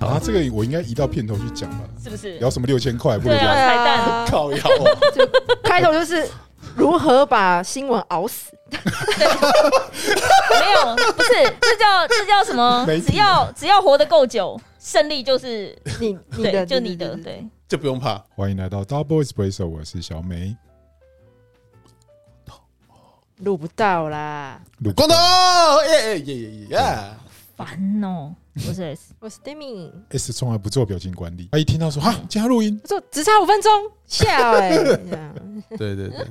啊，这个我应该移到片头去讲吧。是不是？聊什么六千块，不如对啊聊彩蛋啊 靠腰哦。开头就是如何把新闻熬死，没有，不是，这叫这叫什 么媒？体只要只要活得够久，胜利就是你你对，的就你的，对。就不用怕。 欢迎来到 Double Espresso，我是小梅。录不到啦。录光头，耶耶耶耶耶！烦哦、不是 S，我是 Demi， S 从来不做表情管理，他一听到说哈，今天录音，我说只差五分钟，笑哎、 这样对对对，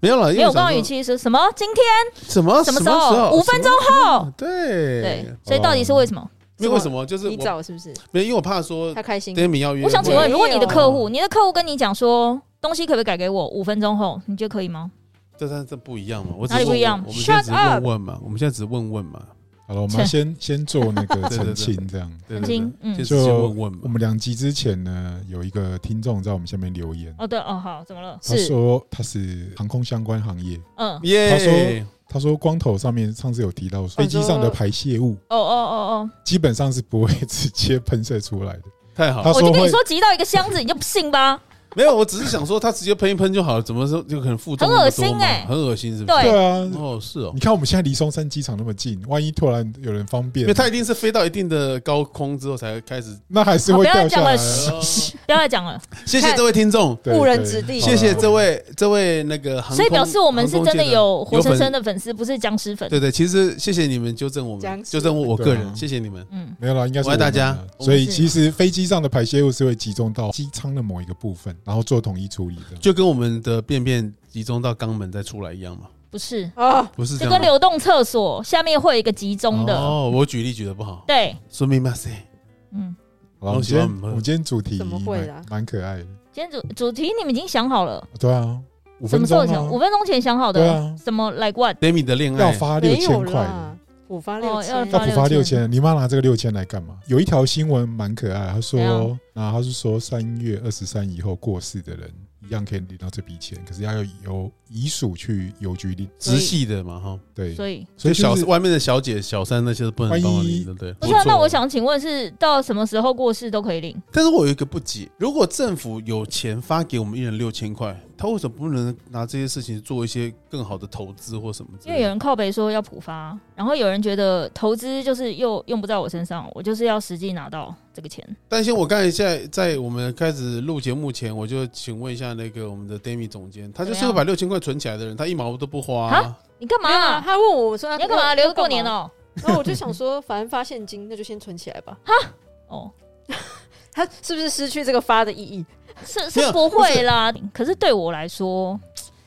没有了，因没为有我我刚想刚说语气是什么？今天什么哦什么么时时候？五分钟后。对对，哦所以到底是为什么？因为为什么？就是你我找是不是？没有，因为我怕说他开心， Demi 要约会，我想请没问，有如果你的客户，你的客户跟你讲说东西可不可以改给我五分钟后，你觉得可以吗？这这这不一样嘛？我只哪里不一样我们现在只是 Shut 问 up 问嘛，我们现在只是问问嘛，好了，我们要先先做那 个对对澄对清，这样。对很对轻对，嗯先就先问问我嘛。们两集之前呢，有一个听众在我们下面留言，哦，对，哦，好，怎么了？他说他是航空相关行业，嗯，他耶说，他说光头上面上次有提到说，他飞说机上的排泄物哦哦基本上是不会直接喷射出来的，太好哦他了，哦，说我就跟会你说集到一个箱子，你就不信吧？没有，我只是想说他直接喷一喷就好了，怎么说就可能负重很恶那么多心嘛欸很恶心是不是？对对啊。哦是哦，你看我们现在离松山机场那么近，万一突然有人方因便为，他一定是飞到一定的高空之后才开始。那还是好会哦不掉要再下讲来了，啊。嘘嘘不要再讲 了。谢谢这位听众，对误人对子弟好谢了谢这位这位那个航空，所以表示我们是真的有活生生的。的粉丝，不是僵尸粉。对对，其实谢谢你们纠正我僵们，尸纠正我我个对啊人，谢谢你们。嗯，没有啦，应该是我爱大家们啊我们所以是其实飞机上的排泄物是会集中到机舱的某一个部分，然后做统一处理的。就跟我们的便便集中到肛门再出来一样嘛，不是，哦，不是这这样个吗。流动厕所下面会有一个集中的，哦，我举例举的不好，对，说明嘛塞。嗯。好了，我们我喜今欢天我们我们今天主题怎么会啦蛮蛮可爱的。今天主主题你们已经想好了，对啊，五什分么时候钟想？五啊，分钟前想好对的，啊，什么 like what？ Demi 的恋要爱，发六没有千块的啦。，补发哦六要千，要补发六6000千，你妈拿这个六千来干嘛？有一条新闻蛮可爱，他怎说样，然后他是说三月二十三以后过世的人一样可以领到这笔钱，可是要由遗属去邮局领。直系的嘛哈，对，所以所以小就是外面的小姐、小三那些都不能帮我领的，对。不是啊，错那我，想请问是到什么时候过世都可以领？但是我有一个不解，如果政府有钱发给我们一人六千块，他为什么不能拿这些事情做一些更好的投资或什么之因类的？为有人靠北说要普发，然后有人觉得投资就是又用不在我身上，我就是要实际拿到这个钱。但先我刚才在在我们开始录节目前，我就请问一下那个我们的 Demi 总监，他就怎是个样把六千块存起来的人，他一毛都不花、啊你干嘛没有啊啊？他问我说你要干嘛？留着过年哦，哦。然后我就想说， 反正发现金，那就先存起来吧。哦，他是不是失去这个发的意义？是没是有不不是会啦。可是对我来说，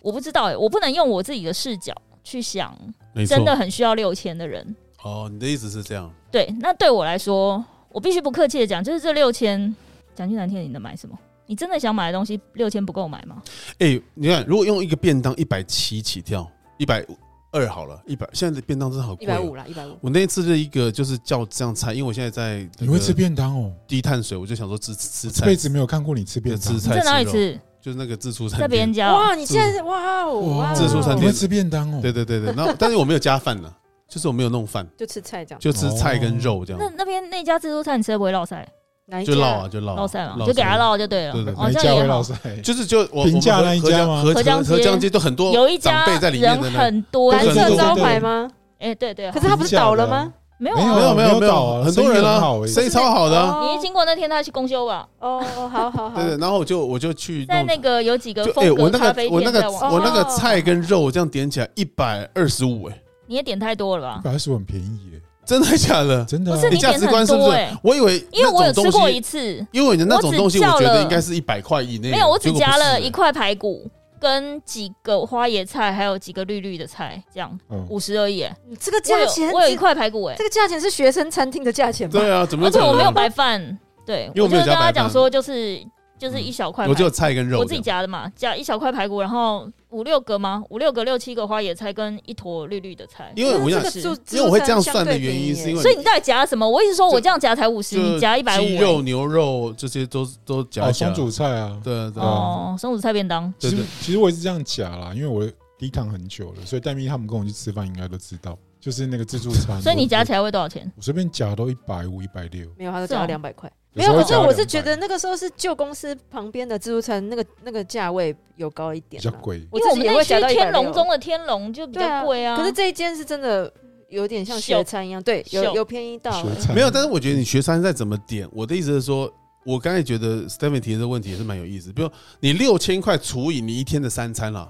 我不知道哎、我不能用我自己的视角去想，没真的很需要六千的人。哦，你的意思是这样？对，那对我来说，我必须不客气的讲，就是这六千，讲句难听，你能买什么？你真的想买的东西，六千不够买吗？哎、你看，如果用一个便当一百七起跳，一百二好了，一百现在的便当真的好一贵、百五哦。啦，一百五。我那天吃了一个就是叫这样菜，因为我现在在你会吃便当哦，低碳水，我就想说吃吃吃这菜辈，子没有看过你吃便当吃。你菜在哪里肉？吃？就是那个自助餐在别人店。家哦、哇，你竟然是哇哦，哇哦自助餐你会店吃便当哦？对对对 对，然后但是我没有加饭呢，就是我没有弄饭，就吃菜这样，就吃菜跟肉这样，那那边那家自助餐你吃会不会落塞？哪一就家烙啊就烙啊落塞嘛，烙就给他菜烙就对了。对对对哦哪一这家样会也好老塞？就是就我平价我那们一合家吗合合江江街合江街都很多有一长家辈在里面人的那。很多，蓝很色多招对牌吗？哎对对， 可是他不是倒了吗？没有没有啊。没有没有没没有倒啊有，很多人生意很啊好欸，生意超好的啊。哦你一经过那天，他去公休吧，哦，哦好好好对，对，然后我就我就去在弄那个有几个就哎、风我格那咖个啡我那店个哦在网上，我哦那个菜跟肉这样点起来一百二十五，哎，你也点太多了吧一？百二十五很便宜耶，真的假的？真的不啊。是你你价点值观很是不多是哎，我以为因为我有那种吃东过西一，次，因为你那种东西我只我叫觉了得应该是一百块以内，没有，我只结果不加是了哎一块排骨跟几个花椰菜，还有几个绿绿的菜，这样嗯，五十而已哎。这个我价钱，有我有一块排骨哎这，个价钱是学生餐厅的价钱吗？对啊，怎么而会这且样我没有白饭，对，因为我我没就有跟加大家白饭嗯讲说，就是就是一小块，我只有菜跟肉我这自己样，夹的嘛，夹一小块排骨，然后五六个吗？五六个、六七个花椰菜跟一坨绿绿的菜。因为我这想个是自助因为我会这样自助餐算的相对原因便宜是因为所以你到底夹了什么？我一直说我这样夹才五十，就你夹一百五。鸡肉、牛肉这些都都夹哦，一夹松，煮菜啊。对啊对啊，哦，松子菜便当。其对实对其实我也是这样假啦，因为我低糖很久了，所以戴咪他们跟我去吃饭应该都知道。就是那个自助餐。所以你我加起来会多少钱？我随便夹都一百五、一百六，没有，他都是加哦两百块。没时候有，会可是加我是200觉得那个时候是旧公司旁边的自助餐，那个那个价位有高一比点较啦，贵。我因为我自己们也那会一区夹到天龙160中的天龙就比较贵啊。可是这一间是真的有点像学秀餐一样，对，秀有有便宜到学欸餐没有，但是我觉得你学三再怎么点，我的意思是说，我刚才觉得 Stephen 提的这个问题也是蛮有意思。比如你六千块除以你一天的三餐啦，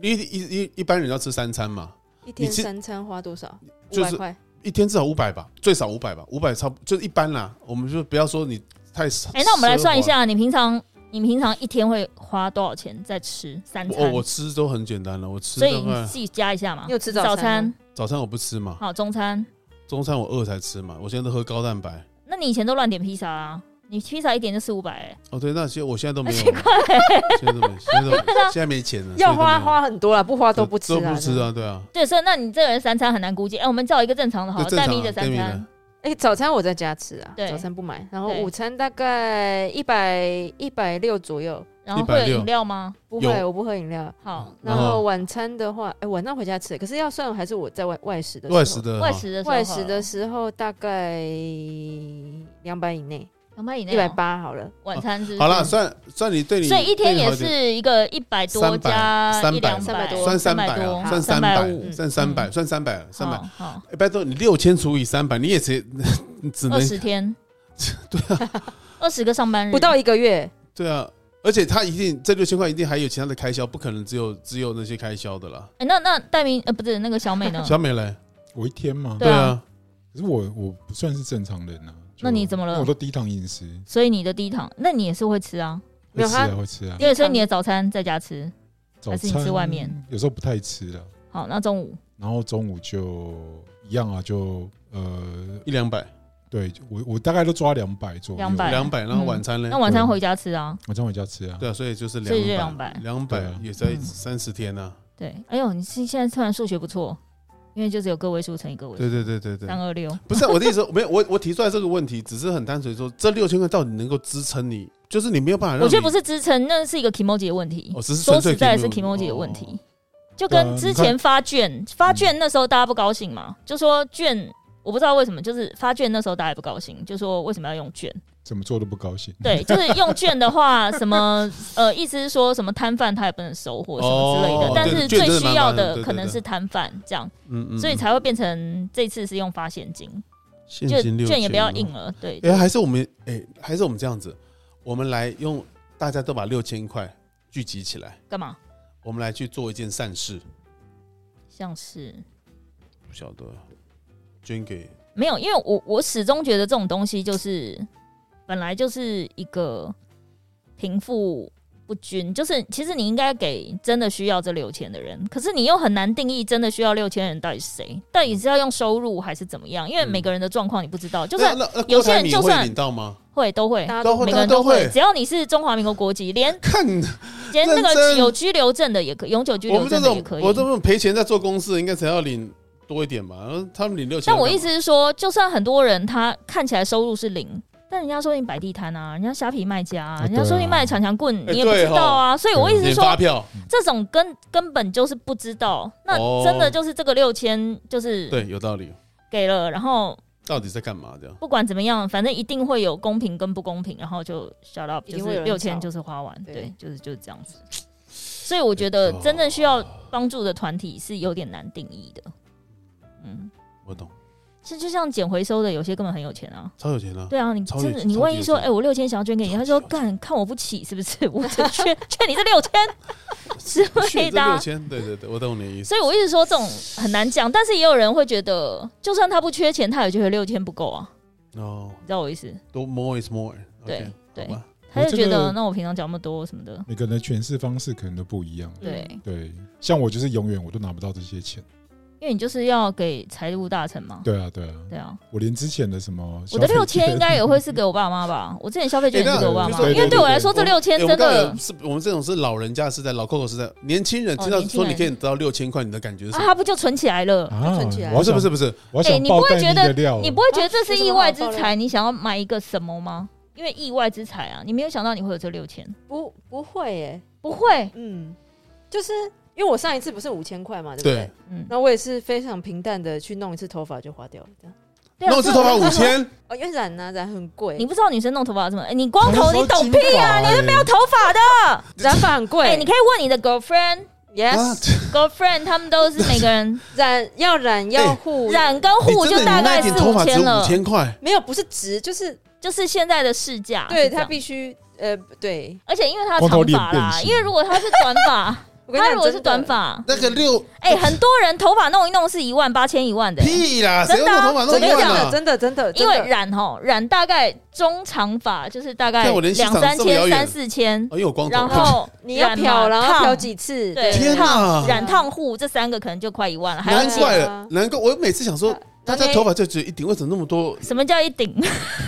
你一一一一般人要吃三餐嘛，一你天吃三餐花多少？五就百是块。一天至少五百吧，最少五百吧，五百差不就是一般啦。我们就不要说你太少。哎、那我们来算一奢华。下，你平常你平常一天会花多少钱在吃三我餐？哦，我吃都很简单了，我吃所以大你概自己加一下嘛。你有吃早早餐吗餐？早餐我不吃嘛，好，中餐。中餐我饿才吃嘛，我现在都喝高蛋白。那你以前都乱点披萨啊？你披萨一点就四五百、欸，哦，对，那些我现在都没 有奇了，现在都没，现在 都没现在没钱了，要所以都没花有花很多啦，不花都不吃都啦。不吃啊，对啊。对，所以那你这个人三餐很难估计。哎、我们叫一个正常的好了，对正戴常啊咪的三戴咪的餐，哎、早餐我在家吃啊，对早餐不买，然后对午餐大概一百一百六左右，然后会有160饮料吗？不有嗯会，我不喝饮料。好，然然后后晚餐的话，哎、晚上回家吃，可是要算还是我在外外食的时候外食的外哈食的时候外食的时候大概两百以内，两百以内一哦、百八好了。晚餐是不是好啦，算算你对你，所以一天对你也好点是一个一百多300加300一两300多算三三百多啊，，三算三百嗯百，算三百，算三百，啊三百。好好哎，拜托你六千除以三百，你也只只二能十天，对啊， 二十个上班日不到一个月，对啊。而且他一定这六千块一定还有其他的开销，不可能只有只有那些开销的啦。哎、那那戴明呃不是那个小美呢？小美嘞，我一天嘛，对对啊啊，可是我我不算是正常人啊。就那你怎么了我都低糖饮食， 所以你的低糖，那你也是会吃啊？会没有吃他啊会吃啊低。对，所以糖你的早餐在家吃，早还是你餐吃外面，有时候不太吃了。好，那中午然后中午就一样啊，就呃，一两百，对我我大概都抓两百左右， 200两百，然后晚餐嘞嗯那，晚餐回家吃啊？晚上回家吃啊。对啊，所以就是所以就两200两百对啊也在嗯三十天啊呐。对，哎呦，你现现在突然数学不错，因为就只有个位数乘以个位数，对对对对对三，二六，不是啊我的意思，没有我我提出来这个问题，只是很单纯说，这六千块到底能够支撑你，就是你没有办法让你。我觉得不是支撑，那是一个 emoji 的问题。哦，只是说纯粹实在是 Kimono emoji 的问哦题，就对跟啊之前发卷发卷那时候大家不高兴嘛，就说卷。我不知道为什么，就是发卷那时候大家也不高兴，就说为什么要用卷？怎么做都不高兴。 对，就是用券的话，什么呃，意思是说什么摊贩他也不能收获什么之类的，哦但是最需要对券真的蛮麻烦的的可能是摊贩这样，嗯嗯，所以才会变成这次是用发现金，现就金六券也不要千印。了，对，哎，还是我们哎，还是我们这样子，我们来用大家都把六千块聚集起来，干嘛？我们来去做一件善事，像是不晓得捐给没有，因为我我始终觉得这种东西就是本来就是一个贫富不均，就是其实你应该给真的需要这六千的人，可是你又很难定义真的需要六千人到底是谁，到底是要用收入还是怎么样？因为每个人的状况你不知道，就是那那那有郭些人台铭就会算领到吗？会都会。大家都都会每没个人大家都都会会，只要你是中华民国国籍， 连看连那认个真有居留证的也可，永久居我留们这证的也种可以。我这种赔钱在做公司，应该才要领多一点吧？然后他们领六千，但我意思是说，就算很多人他看起来收入是零，但人家说你摆地摊啊，人家虾皮卖家啊，啊人家说你卖抢抢棍，哎你也不知道啊。所以我意思领是发说，票，这种根根本就是不知道。那哦真的就是这个六千就是对，有道理。给了，然后到底在干嘛？这样不管怎么样，反正一定会有公平跟不公平，然后就 shut up，一就定会是有人六千吵就是花完，对对，就是就是这样子。所以我觉哎得哦真正需要帮助的团体是有点难定义的，嗯，我懂，是就像捡回收的，有些根本很有钱啊，超有钱啊！对啊，你超真越的，超你万一越说，这哎、我六千想要捐给你，他说超越干看我不起是不是？我只缺缺你这六 千之类去的这啊、六千，对对对，我懂你的意思。所以我一直说这种很难讲，但是也有人会觉得，就算他不缺钱，他也觉得六千不够啊，哦，你知道我意思？都 more is more。对对好吧他就这觉得、个那我平常讲那么多什么的，每个人的诠释方式可能都不一嗯样。对，对，像我就是永远我都拿不到这些钱。因为你就是要给财务大臣嘛，对啊，对啊，对啊，我连之前的什么我的消费六千券应该也会 是给我爸妈吧，我之前消费券也是给我爸妈，哎那因为对我来说这对对对六千欸真我们刚的才。是我们这种是老人家时代，老 Coco 时代，年轻人哦听到年轻说人你可以得到六千块，你的感觉是什啊，么？哦他不就存起来了？啊，存起来我要不是想不是不是，我要哎想你爆不会带觉你得的料哦了，你不会觉得这是意外之啊有什么好爆财？你想要买一个什么吗？因为意外之财啊，你没有想到你会有这六千，不不会耶、不会嗯，就是因为我上一次不是五千块嘛，对不对对？嗯，那我也是非常平淡的去弄一次头发就花掉了，这样对啊弄一次头发五，千，哦，因为染呢、染很贵，你不知道女生弄头发什么？哎你光头你懂屁啊？你都没有弄头发的，染发很贵、哎，你可以问你的 girlfriend、啊 yes， girlfriend，他们都是每个 人染要染哎要护、染跟你护真的就你大那概一四顶头发只千有了五，千块，没有不是直，就是就是现在的市价。啊对是这它样必须呃对，而且因为他光头长脸发变啦，形因为如果他是短发，我跟你他讲，如果真是的短，发，那个六哎，很多人头发弄一弄是一万八千一万的欸，屁啦，谁真用的啊头发弄真一的我跟你讲真万的啊？真的真的，因为染吼染大概中长发就是大概对我连欣两赏三这么遥千远三四千，哦，因为我光头然。后你要染漂，嘛然后烫漂几次，对天哪烫染烫护这三个可能就快一万了，还要难剪怪对啊了，难怪我每次想啊说然后，大家那头发就只有一顶，为什么那么多？什么叫一顶？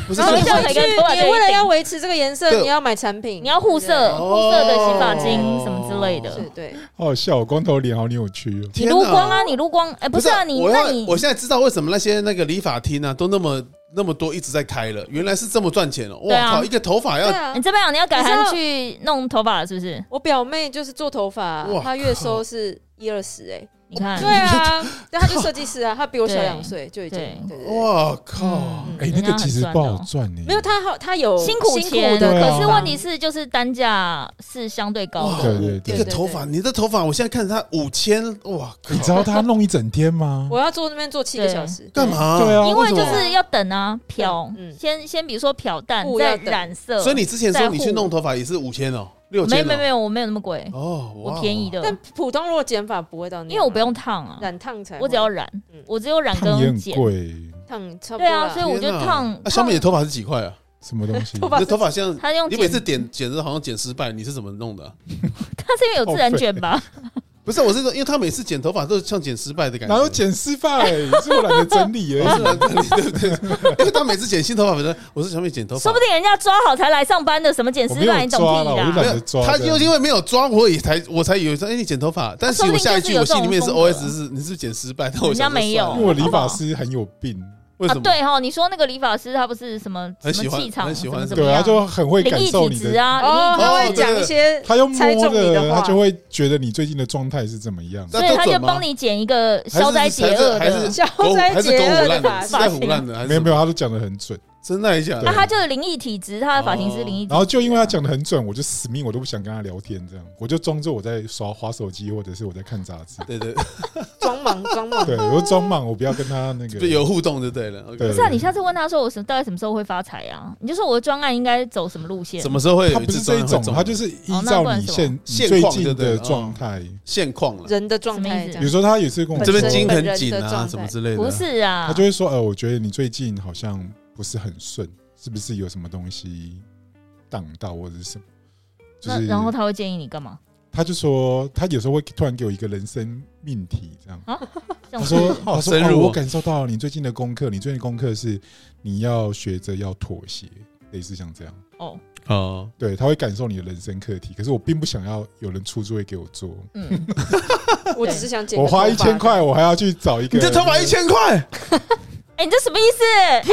不是然后就你是回每去，个人头发都你为一了定要维持这个颜色，对你要买产品，你要护色哦护色的洗发精什么之类对的不对，是对，啊好好哦笑，光头脸好扭曲哦。你天哪撸光啊，你撸光，哎，不是啊，你我那要你我现在知道为什么那些那个理发厅啊都那么那么多一直在开了，原来是这么赚钱哦！对哇啊靠，一个头发对要啊你。这边啊，你要改你知行道去弄头发了是不是？我表妹就是做头发哇，她月收是一二十哎，你看，对 啊，但她就设计师啊，她比我小两岁就已经对对对对，哇靠！嗯哎，那个其实不好赚欸呢。没有她好，她有辛苦辛苦钱，的对地啊方，可是问题是就是单价是相对高哇对的，对对一个头发，对对你的头发，我现在看它五千，哇靠你！知道他弄一整天吗？我要坐那边坐七个对小时， 干嘛？对啊，因为就什么是要等啊，漂嗯，先先比如说漂淡，雾再要等染色，所以你之前说在乎你去弄头发也是五千哦，六嗯没千有没有没哦，有，我没有那么贵，哦，哇我便宜，的 但，普通如果剪发不会到那样，因为我不用烫啊，染烫才会，我只要染嗯，我只有染烫也跟很剪，贵，烫差不对多啊，啦。所以我就天哪烫啊，小烫美，的头发是几块啊？什么东西？头你发的头发现在。他用你剪，每次点剪的好像剪失败，你是怎么弄的啊、他是因为有自然卷吧？哦不是，我是说，因为他每次剪头发都是像剪失败的感觉。哪有剪失败？是我懒得整理不而 是已。啦，对对对， 因为他每次剪新头发，我说我是小美剪头发， 说不定人家抓好才来上班的，什么剪我失没有败，你懂抓了我屁就懒啦？没有得抓他的又因为没有抓，我也才我才以为说，哎，你剪头发，但是说不我定下一就是句有我心里面是这种风 OS 格是你是不是剪失败，但 我人家想说没有算因了为我理发师很有病，为啊什，么？对哦，你说那个理发师他不是什么很什喜么欢气场，很什喜么欢怎么对啊，样？就很会灵感异受体你质的，啊，哦，灵他异哦体会质，讲一些他又摸猜中你了，的话他就会觉得你最近的状态是怎么样。那所以都他就准吗 帮你剪一个消灾还是解厄还是的。消狗灾还是解狗厄腐的烂的，发还是型在腐烂的，还是没有没有，有，他都讲的很准。真的还是假那的？啊对他就是灵异体质，他的发型哦师灵异体质。然后就因为他讲的很准，我就死命我都不想跟他聊天，这样我就装作我在刷滑手机或者是我在看杂志。 对对，装忙装忙，对，我就装忙，我不要跟他那就个。有互动就 对了。对不是啊，你下次问他说我什么大概什么时候会发财啊？你就说我的专案应该走什么路线啊什？么时候会他有不一是次这一专种，啊他门会中就是依照你现你最近的哦状态。现况了，人的状态这什比么如样。说，他有一次跟我这说边筋本很人紧的状啊，态什么之类的。不是啊，他就会说：“呃，我觉得你最近好像不是很顺，是不是有什么东西挡到或者是什么？”就那是，然后他会建议你干嘛？他就说，他有时候会突然给我一个人生命题，这样。啊他他说：“他说、深入哦哦我感受到你最近的功课，你最近的功课是你要学着要妥协，类似像这样。哦，哦，对，他会感受你的人生课题。可是我并不想要有人出作业给我做， 嗯，我只是想剪，我花一千，块，我还要去找一个。你这头发一千块，哎，你这什么意思？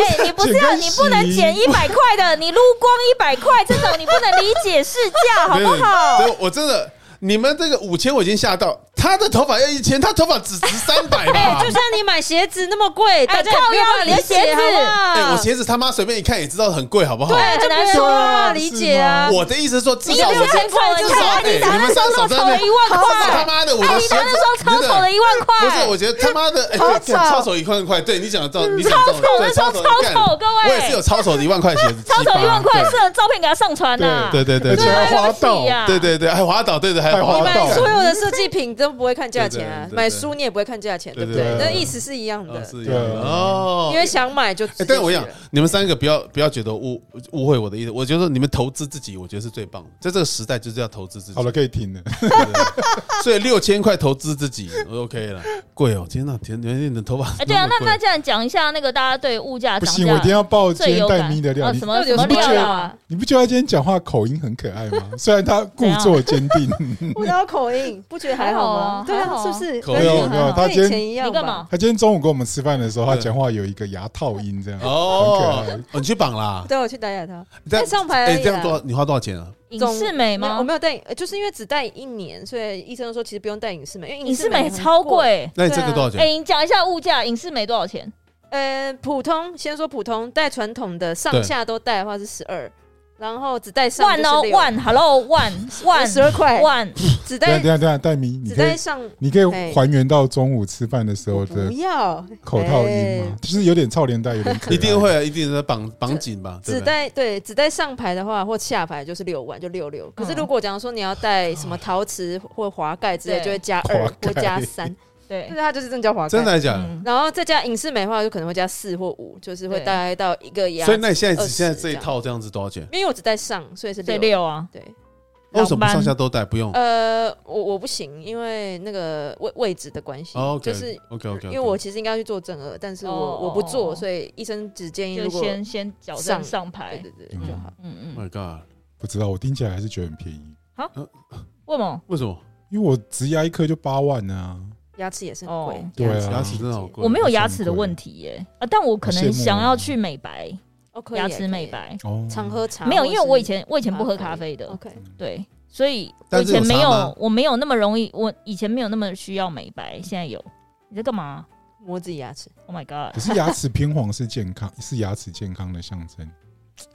哎，你不是啊要剪跟你不能洗减一百块的，你撸光一百块这种，你不能理解市 价，好对不好？对，我真的，你们这个五千我已经吓到，他的头发要一千，他头发只值三百吧哎，就。像你买鞋子那么贵，大家也哎不要把理解好不哎，嗯好我鞋子他妈随便一看也知道很贵，好不好？对，就哎不要啊理解啊。我的意思是说，至你少有我些这很丑的，至你少看哎你打你那们三双超手在丑那的边一万他块，妈的，我哎，的你鞋打子那双超丑的一万块，不是，我觉得他妈的，哎、好对丑操手一万块，对你讲得到，你讲超得丑到，那对，双操超手干丑，各我也是有位，操手的一万块鞋子，超丑一万块，鸡巴是有照片给他上传呐，啊对对对而对且还对花不起啊到。呀，对对对对，还滑倒，对对，还还滑倒滑你到买倒，所有的设计品都不会看价钱啊对对，对买书你也不会看价钱，对对对不对？对那意思是一样哦的，是一样的对哦因为想买就直接哎，去但了。是我想你们三个不要不要觉得误误会我的意思，我觉得你们投资自己，我觉得是最棒的，在这个时代就是要投资自己。好了，可以停了。啊对，对 对所以六千块投资自己我 OK 了，贵哦，天哪，天，原来你的头发哎，对啊，那么贵那这样讲一下那个大家对物价不涨行，我一定价要爆今最天有带感咪的料。啊，你什哎么什么到底有什么料啊？你不觉得他今 天讲话口音很可爱吗？虽然他故作坚定， 不要口音，不觉得还好啊对还好啊啊，是不是？可以跟有以有前他跟今以天前一样你干嘛？？他今天中午跟我们吃饭的时候，他对讲话有一个牙套音这样，哦很可爱，哦你去绑啦。对，我去打压他，但在上牌而哎，已这样啊多少？你花多少钱啊？影总视美没有，我吗？没有戴，呃就是因为只戴一年，所以医生说其实不用戴隐适美，因为影视美美很超。贵。那你这个对啊多少钱哎、？你讲一下物价，影视美多少钱？呃，普通先说普通，戴传统的上对下都戴的话是十二，然后只戴上万哦就是，6万，Hello，万万十二块， 万，只等一下戴等一下等一下，戴咪，你只可以戴上你可以哎还原到中午吃饭的时候我的不要口套音哎吗？就是有点超连带，有点可爱一定会，啊，一定是绑绑紧吧？对只不对？带对只带上牌的话，或下牌就是六万，就六嗯六。可是如果假如说你要带什么陶瓷或滑盖之类，对就会加滑二盖或加三， 对但是，它就是真的叫滑盖。真的还是假的？嗯，然后再加影视美的话，就可能会加四或五，就是会对大概到一个牙。所以那你现在20现在这一这样套这样子多少钱？因为我只带上，所以是对六。六啊，对，那为什么老上班下都戴？不用呃，我我不行，因为那个位位置的关系，哦？OK，就是。 OK OK，因为我其实应该要去做正颚，但是我、哦我不哦哦做，所以医生只建议就如果先先矫正上上对牌，对对嗯就好。嗯 Oh My 嗯， God，不知道，我听起来还是觉得很便宜，为什么？为什么？因为我植牙一颗就八万呢、牙齿也是很贵哦，对啊也是牙齿真的好贵我没有牙好像齿的很贵问题耶、啊，但我可好羡慕能哦想要去美白，哦可以牙可齿以美白，哦，常喝茶或没是。有，因为我以前我以前咖不喝啡咖啡的， OK，对，所以我但以是有前没差有，吗我没有那么容易，我以前没有那么需要美白，现在有。你在干嘛摸自己牙齿， ？Oh my god！可是牙齿偏黄是健康，是牙齿健康的象征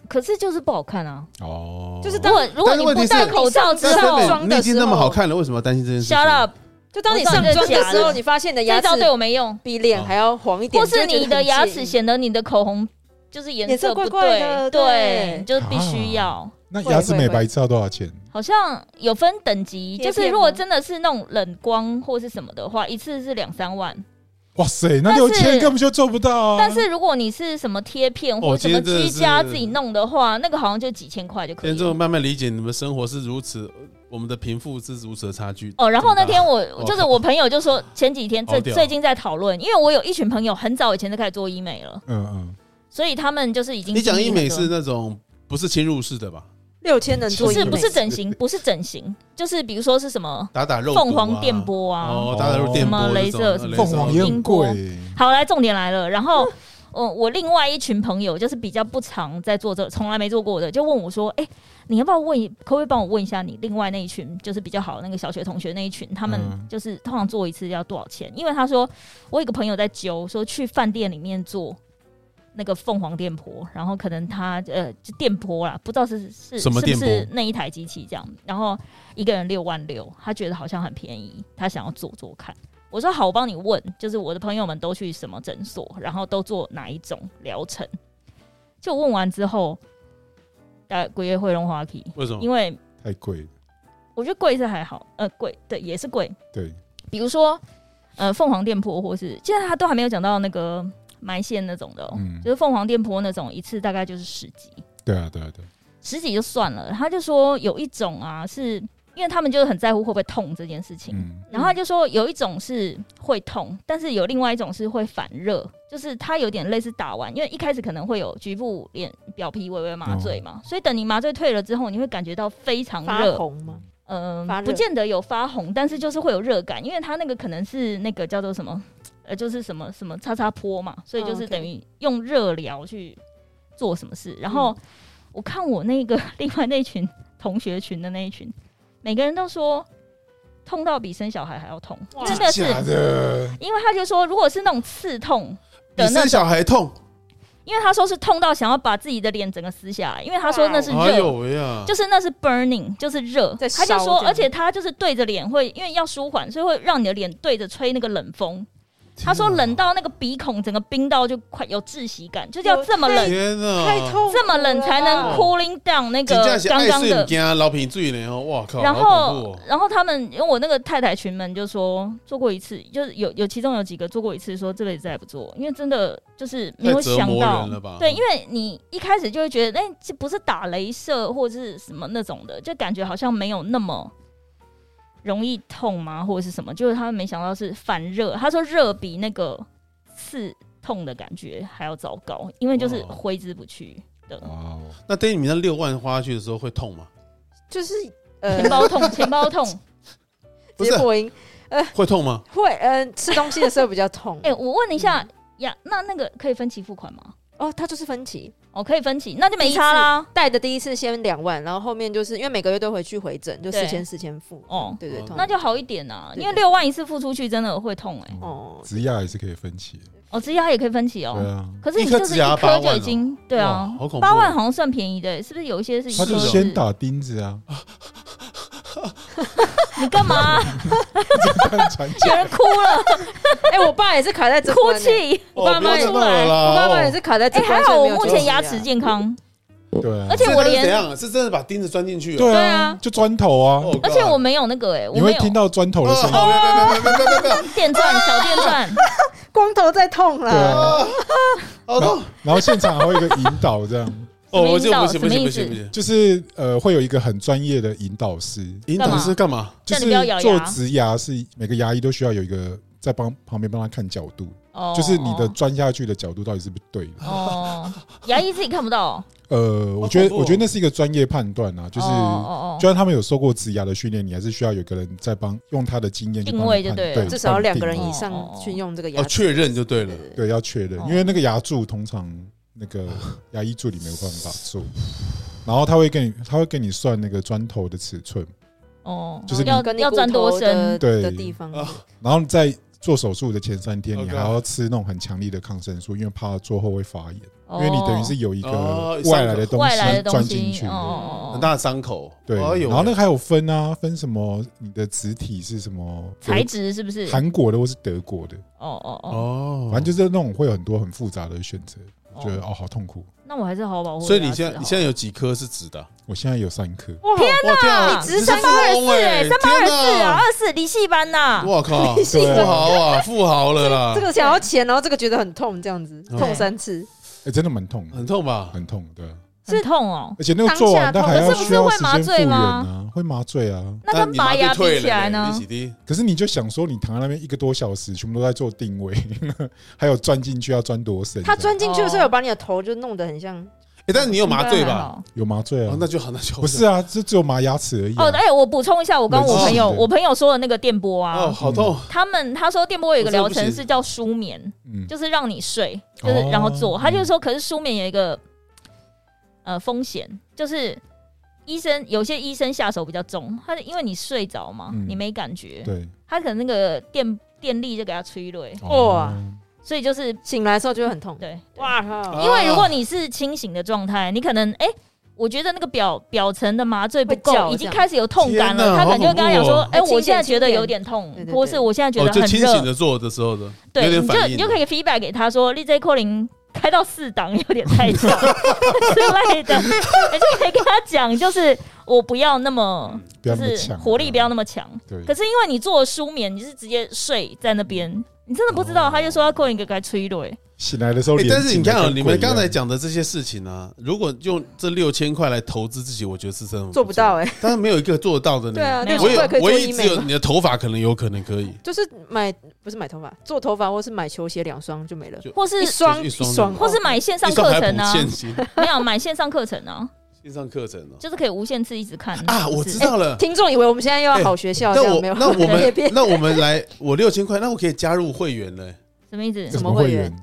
可是就是不好看啊！哦。就是如当果如果但是你问不题戴是口罩之知但是道后装你的你已经时哦那么候好看了，为什么要担心这件事情，shut up，就当你我知道上你是妆假的时候，的你发现你的这牙齿招对我没用。比脸哦还要黄一点，或你是就会觉你得的很牙介齿意显得你的口红就是颜颜色不怪怪的对，对你就必须要。啊那牙齿美白一次要多少钱？好像有分等级，贴片就是如果吗真的是那种冷光或是什么的话，一次是两三万。哇塞，那但是六千根本就做不到啊！但是如果你是什么贴片或哦什么今天真的居家是自己弄的话，那个好像就几千块就可现以在就了。慢慢理解你们生活是如此，我们的贫富是如此的差距。哦，然后那这么大天我就是我朋友就 说，前几天好这屌最近在讨论，因为我有一群朋友很早以前就开始做医美了，嗯嗯，所以他们就是已经你讲经历医美很多是那种不是侵入式的吧？六千能不做医是美，不是整形，不是整形，就是比如说是什么打打肉毒啊凤凰电波啊，哦，打打肉电波什么这种呃 laser 什么凤凰也很贵、好，来重点来了。然后，我我另外一群朋友就是比较不常在做这，从来没做过的，就问我说：“哎、你要不要问一？可不可以帮我问一下你另外那一群，就是比较好的那个小学同学那一群，他们嗯就是通常做一次要多少钱？”因为他说，我有一个朋友在揪，说去饭店里面做。那个凤凰电波，然后可能他呃就电波啦，不知道是是什么是不电波是那一台机器这样，然后一个人六万六，他觉得好像很便宜，他想要做做看。我说好，我帮你问，就是我的朋友们都去什么诊所，然后都做哪一种疗程。就问完之后，呃，鬼月会龙花体，为什么因？为太贵了。我觉得贵是还好，呃，贵对也是贵。对，比如说，呃，凤凰电波，或是现在他都还没有讲到那个埋线那种的、哦，嗯就，是凤凰电波那种，一次大概就是十几，对啊，对啊，对啊，十几就算了。他就说有一种啊，是因为他们就是很在乎会不会痛这件事情，嗯，然后他就说有一种是会痛，但是有另外一种是会反热，就是它有点类似打完，因为一开始可能会有局部脸表皮微微麻醉哦嘛，所以等你麻醉退了之后，你会感觉到非常发热，红吗？嗯、发热不见得有发红，但是就是会有热感，因为它那个可能是那个叫做什么，呃，就是什么什么擦擦坡嘛，所以就哦是，OK 等于用热疗去做什么事，然嗯后。我看我那个 另外那群同学群的那一群，每个人都说痛到比生小孩还要痛，因哇为嗯那是假的，因为他就说，如果是那种刺痛，比生小孩痛，因为他说是痛到想要把自己的脸整个撕下来，因为他说那哦是哎热。呦喂呀！就是那是 burning，就是热。在他就烧说，这样而且他就是对着脸会，因为要舒缓，所以会让你的脸对着吹那个冷风。他说冷到那个鼻孔整个冰到就快有窒息感，就是要这么冷，天哪，太痛苦了吧，这么冷才哦能 cooling down 那真个正是刚爱刚睡的唔。惊，老皮醉呢哦，哇靠！然好恐怖后哦，然后他们，因为我那个太太群们就说做过一次，就是有有其中有几个做过一次，说这辈子再也不做，因为真的就是没有太折想磨到人了吧，对，因为你一开始就会觉得，哎、这不是打镭射或者是什么那种的，就感觉好像没有那么容易痛吗，或者是什么？就是他们没想到是反热，他说热比那个刺痛的感觉还要糟糕，因为就是哇挥之不去的。哇哦，那等你们那六万花下去的时候会痛吗？就是钱 呃，包痛，钱包痛，不是结果音。会痛吗？会，嗯、吃东西的时候比较痛。 哎、我问一嗯下呀，那那个可以分期付款吗？哦，它就是分期，哦，可以分期，那就没差啦。贷的第一次先两万，然后后面就是因为每个月都回去回诊，就对四千四千付。哦，对对，哦通常那就好一点啦，嗯对因为六万一次付出去真的会痛哎、哦，植牙也是可以分期的，哦，植牙也可以分期哦。对啊，可是你一颗就是植牙一八颗万就哦已经对啊哇好恐怖哦，八万好像算便宜的欸，是不是？有一些是一他颗就是先，打钉子啊， 你干嘛？看传奇有人哭了，哎、我爸也是卡在 这哭关欸、泣。哦我爸不要妈也再闹了啦我爸妈也哦是卡在这哎，关，还所好以我没有目救前济牙啊齿健康，对啊，而且我这是怎连样？是真的把钉子钻进去？对对啊啊，就砖头啊，哦而且我没有那个哎，我你没会有听到砖头的声音，哦，没有没有没有没有没有没有，电钻小电钻，光头在痛对了。啊，哦好痛！然后现场还会有一个引导，这样哦，我什就么不意行思不行不什行么不意行，就是呃，会有一个很专业的引导师，引干导嘛是干嘛？ 就叫是你不要咬牙做植牙是每个牙医都需要有一个在帮旁边帮他看角度，哦，就是你的钻下去的角度到底是不是对的。哦，牙医自己看不到哦，呃，我觉好得恐怖哦我觉得那是一个专业判断啊，就是哦哦就哦，算他们有受过植牙的训练，你还是需要有个人在帮用他的经验去定帮你位就判对了对，至少要两个人帮你以定上哦哦哦去用这个牙哦，齿。确认就对了。对要确认哦，因为那个牙柱通常那 个牙医助理没有办法做，然后他会跟你他会跟你算那个砖头的尺寸，哦，就是要跟你要骨钻多头深的对的地方，哦然后在做手术的前三天， Oh 你 God 还要吃那种很强力的抗生素，因为怕做后会发炎，因哦，为你等于是有一哦个外来的东外来西的东钻进去西，哦。哦很哦，大的伤口，对，哎呦然后那个还有分啊，分什么你的子体是什么材质是不是？韩国的或是德国的，哦哦哦，哦，反正就是那种会有很多很复杂的选择，哦觉得哦好痛苦。那我还是好好保护我所的以牙你齿好了。现在你现在有几颗是直的啊？我现在有三颗，哇，哇天啊你你是三八二富四翁哎，哎，三八二天四哪啊，二四离戏班呐，我靠，你是富豪 啊，富豪了这啦，个想要钱，哦然后这个觉得很痛，这样子嗯痛三次，哎，真的蛮痛，很痛吧？很痛，对啊。很痛哦。而且那个做完，当下痛但还要可是不需是要会时麻间复醉原吗啊，会麻醉啊。那跟你麻拔醉牙退比起来了呢你？几滴？可是你就想说，你躺在那边一个多小时，全部都在做定位， 还有钻进去要钻多深？他这样钻进去的时候有把你的头就弄得很像，哎，但是你有麻醉吧？？有麻醉啊哦，？那就好，那就好不是啊，这只有麻牙齿而已啊。哦，哎，我补充一下，我跟我朋友，没事我朋友说的那个电波哦，啊，好痛，他们他说电波有一个疗我真的程不行是叫舒眠，嗯，就是让你睡，就是然后哦做。他嗯就是说，可是舒眠有一个呃风险，就是医生有些医生下手比较重，他因为你睡着嘛，嗯你没感觉，对，他可能那个电电力就给他催泪，哇哦所以就是醒来的时候就会很痛。对哇。哇啊靠，嗯因为如果你是清醒的状态，你可能哎、我觉得那个表表层的麻醉不会叫够，已经开始有痛感天哪了，他可能就会跟他讲说好恐：“哎、哦我现在觉得轻一点有点痛对对，对或是我现在觉哦，得就很清醒热。的做的时候的，”有对，点你就反应你的就可以 feedback 给他说：“Lizzy calling 开到四档有点太吵之类 的。”你就可以跟他讲，就是我不要那么，不就要那么啊是强，活力不要那么强。对可，是因为你做了舒眠，你是直接睡在那边，你真的不知道。哦他就说要 calling 给该催泪。醒来的时候欸脸但是你紧得看啊，跟你鬼们一刚才样讲的这些事情啊，如果用这六千块来投资自己，我觉得是真的做不到，哎，当然没有一个做得到的呢。对啊，没六有我千有块可以，做我也医只美有嘛，你的头发可能有可能可以，就是买不是买头发，做头发或是买球鞋两双就没了，或是一哦双就是一双双，或是买线上一双课还程补啊，现金， 没有买线上课程啊，线上课程 哦。就是可以无限次一直看啊，我知。道了。听众以为我们现在又要好学校，那哎这样我没有？那我别们别那我们来，我六千块，那我可以加入会员嘞。什么意思 什？么么会会员？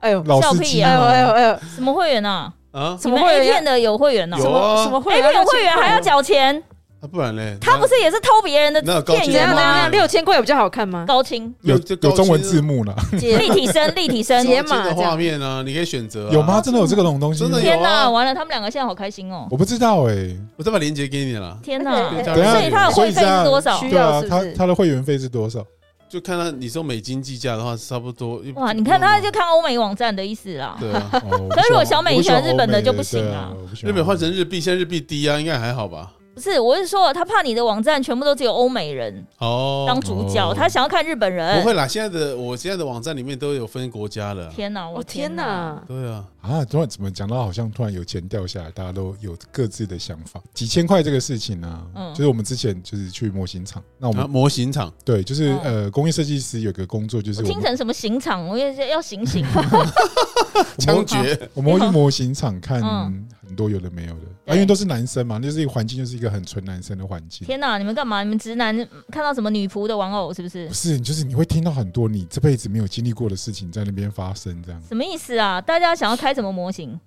哎呦老笑司屁机啊哎呦哎呦吗？哎呦，什么会员啊？啊怎你么们会 A 员片的有会员哦什有啊么什么会 a 员片有会员还要？缴钱，啊，不然嘞？他不是也是偷别人的那有高电清怎样影怎样怎吗样？？六千块有比较好看吗？高清有这有高中文清字幕 啦，姐立体 声，立体声解。高清码的这样画面啊，你可以选择啊。有吗？真的有这个种东西吗？真的有天啊哪，完了，他们两个现在好开心哦！我不知道哎。我再把链接给你了，天哪， 对等一下所以他的会费是多少所以这样对啊，需要是不他是他的会员费是多少？哦 就看到你说美金计价的话，差不多。哇？你看他就看欧美网站的意思啦。对啊，哦可是如果小美我不你喜喜欢欢日本的就不行对啊我不喜欢日本换成日币，现在日币低啊，应该还好吧？不是，我是说他怕你的网站全部都只有欧美人哦，当主哦角，他想要看日本不人。会啦，现在的我现在的网站里面都有分国家了。哦天哪，我我哦天哪！哪！对啊，啊！突然怎么讲到好像突然有钱掉下来，大家都有各自的想法。几千块这个事情呢、嗯就是我们之前就是去模型厂，那我们、啊，模型厂对，就是、哦呃，工业设计师有个工作就是我我听们成什么刑场，我也是要醒醒。我们 枪决我们会去模型厂看嗯很很多有的没有的，啊，对因为都是男生嘛，就是一个环境，就是一个很纯男生的环境。天哪，你们干嘛？你们直男看到什么女仆的玩偶是不是不？是，就是你会听到很多你这辈子没有经历过的事情在那边发生，这样什么意思啊？大家想要开什么模型？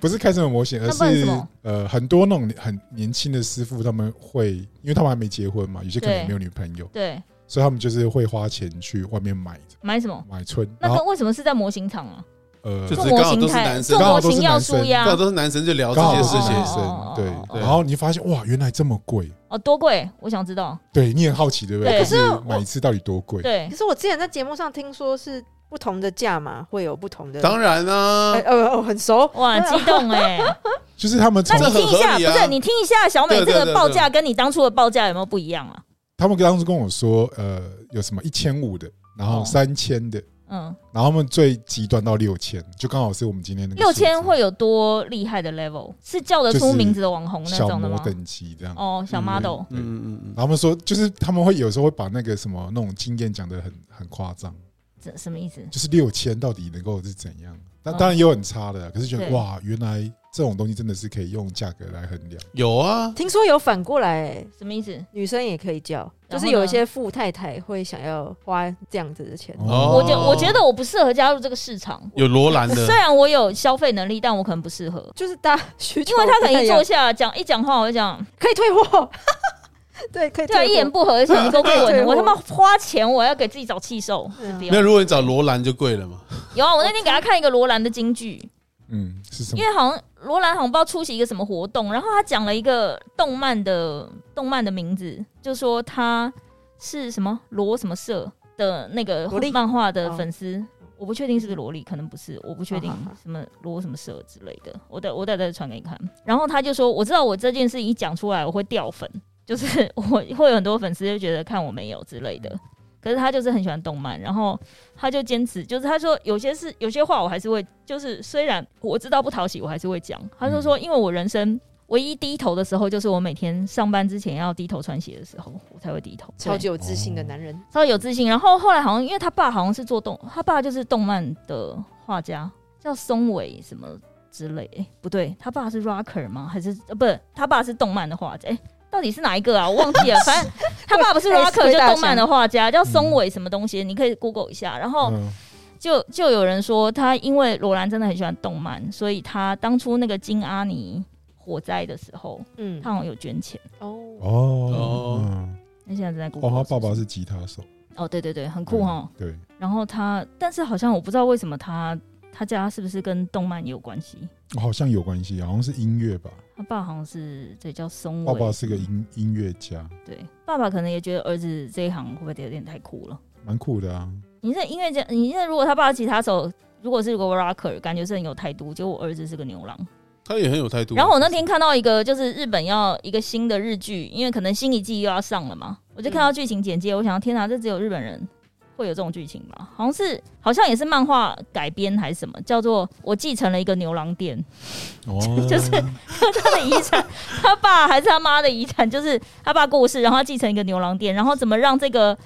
不是开什么模型，而那不然什是么呃很多那种很年轻的师傅，他们会因为他们还没结婚嘛，有些可能对没有女朋友，对，所以他们就是会花钱去外面买买什么？买春，然哦后那跟为什么是在模型厂啊？呃就做是模刚好型都是台，男做生模刚好都是型要男生舒压刚好都是男生就聊这刚好件都事是情男哦，哦生，哦对，对然后你发现哇，原来这么贵，哦，多贵？我想知道。对你很好奇对不对？对就是可是我买一次到底多贵？对可，是我之前在节目上听说是不同的价码会有不同的，当然啊哦哎，呃我很熟，哇，对啊激动哎！就是他们从那你听一下， 这很合理啊不是你听一下小美这对对个对报对价跟你当初的报价有没有不一样啊？他们当时跟我说，呃，有什么一千五的，然后哦三千的，嗯，然后他们最极端到六千，就刚好是我们今天那个六千数字会有多厉害的 level？是叫得就是出名字的网红那小种的模吗？等级这样。哦，小嗯 model，嗯嗯嗯然，后他们说，就是他们会有时候会把那个什么那种经验讲得很很夸张，这什么意思？就是六千到底能够是怎样？那嗯当然也有很差的，可是觉得对哇，原来这种东西真的是可以用价格来衡量。有啊，听说有反过来、哎什么意思？女生也可以叫，就然后呢是有一些富太太会想要花这样子的钱。哦我就我觉得我不适合加入这个市场。有罗兰的虽，然我有消费能力，但我可能不适合，就是大家需求因不为一他样，可能一坐下讲一讲话，我就 讲，可以退货， 对，可以对啊，一退言货。不合就想 给我对滚，我我他妈花钱，我要给自己找气受，嗯不没有，要。如果你找罗兰就贵了嘛。有啊，我那天给他看一个罗兰的京剧，嗯，是什么因？为好像罗兰好像不知道出席一个什么活动，然后他讲了一个动漫的动漫的名字，就说他是什么罗什么社的那个萝莉漫画的粉丝。我不确定是不是萝莉，可能不是，我不确定好好好什么罗什么社之类的。我的我待再传给你看。然后他就说，我知道我这件事一讲出来，我会掉粉，就是我会有很多粉丝就觉得看我没有之类的。可是他就是很喜欢动漫，然后他就坚持，就是他说有些事有些话我还是会，就是虽然我知道不讨喜，我还是会讲。他就说，因为我人生唯一低头的时候，就是我每天上班之前要低头穿鞋的时候，我才会低头。超对级有自哦信的男人，稍微有自信。然后后来好像因为他爸好像是做动，他爸就是动漫的画家，叫松尾什么之类。诶不对，他爸是 rocker 吗？还是呃不是，他爸是动漫的画家。诶到底是哪一个啊？我忘 记了。反正他爸不是我也是 rocker 鬼就打动漫墙的画家，叫松尾什么东西，你可以 Google 一下。然后嗯，就就有人说他因为罗兰真的很喜欢动漫，所以他当初那个金阿尼火灾的时候，嗯他，好像有捐钱。哦，哦哦，嗯那现在正在 Google 哦，他是不爸爸是是吉他手，哦，对对对，很酷哦。嗯，对，然后他，但是好像我不知道为什么他他家是不是跟动漫也有关系？好像有关系，好像是音乐吧。他爸好像是对叫松爸尾，爸是个音音乐家，对爸爸可能也觉得儿子这一行会不会有点太酷了？蛮酷的啊。你这音乐家，你这如果他爸是吉他手，如果是个 rocker，感觉是很有态度，结果我儿子是个牛郎。他也很有态度。啊然后我那天看到一个，就是日本要一个新的日剧，因为可能新一季又要上了嘛，我就看到嗯剧情简介，我想天哪，这只有日本人会有这种剧情吧？好像是，好像也是漫画改编还是什么，叫做《我继承了一个牛郎店》。哦， 就是他的遗产，他爸还是他妈的遗产，就是他爸过世，然后他继承一个牛郎店，然后怎么让这个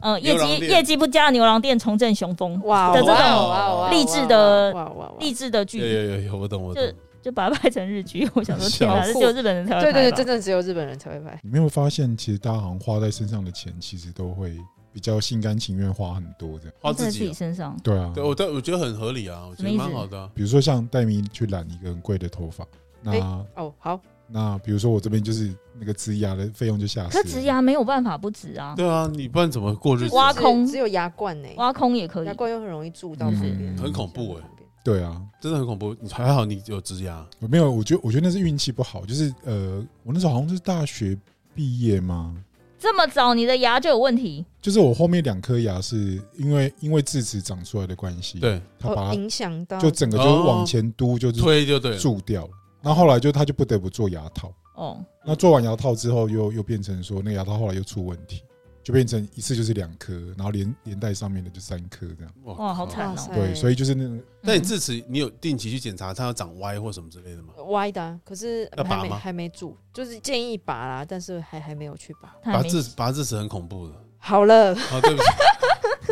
呃业牛郎绩店业绩不佳的牛郎店重振雄风，哇的这种种励志的哇哦哇哇，励志的有剧，有有有，我懂我懂就。就把它拍成日剧。我想说，天啊，笑这死只有日本人才会拍对吧对对，真的只有日本人才会拍，你没有发现，其实大家好像花在身上的钱，其实都会比较心甘情愿花很多这样。花在自自己己啊。身上。对啊，对，我但我觉得很合理啊，我什觉得么意思蛮好的啊。比如说像戴咪去染一个很贵的头发，那、哦，好，那比如说我这边就是那个植牙的费用就下死了。可植牙没有办法不植啊，对啊，你不然怎么过日子？挖只空只有牙冠呢，挖空也可以牙。冠又很容易蛀到嗯旁边，很恐怖哎对啊，真的很恐怖。你还好你有植牙，我没有，我觉得我觉得那是运气不好，就是呃，我那时候好像是大学毕业嘛，这么早你的牙就有问题，就是我后面两颗牙是因为因为智齿长出来的关系，，对，他把哦它影响到就整个就是往前嘟，就是推就对了。蛀掉了。然后后来就他就不得不做牙套，哦，那做完牙套之后又又变成说那个牙套后来又出问题，就变成一次就是两颗，然后连连带上面的就三颗这样。哇好靠惨哇哦塞对，所以就是那种但你嗯智齿，你有定期去检查它要长歪或什么之类的吗？歪的啊，可是要拔还没吗还没蛀，就是建议拔啦，但是还还没有去拔。他还拔没智拔智齿很恐怖的。好了， 啊，对不起，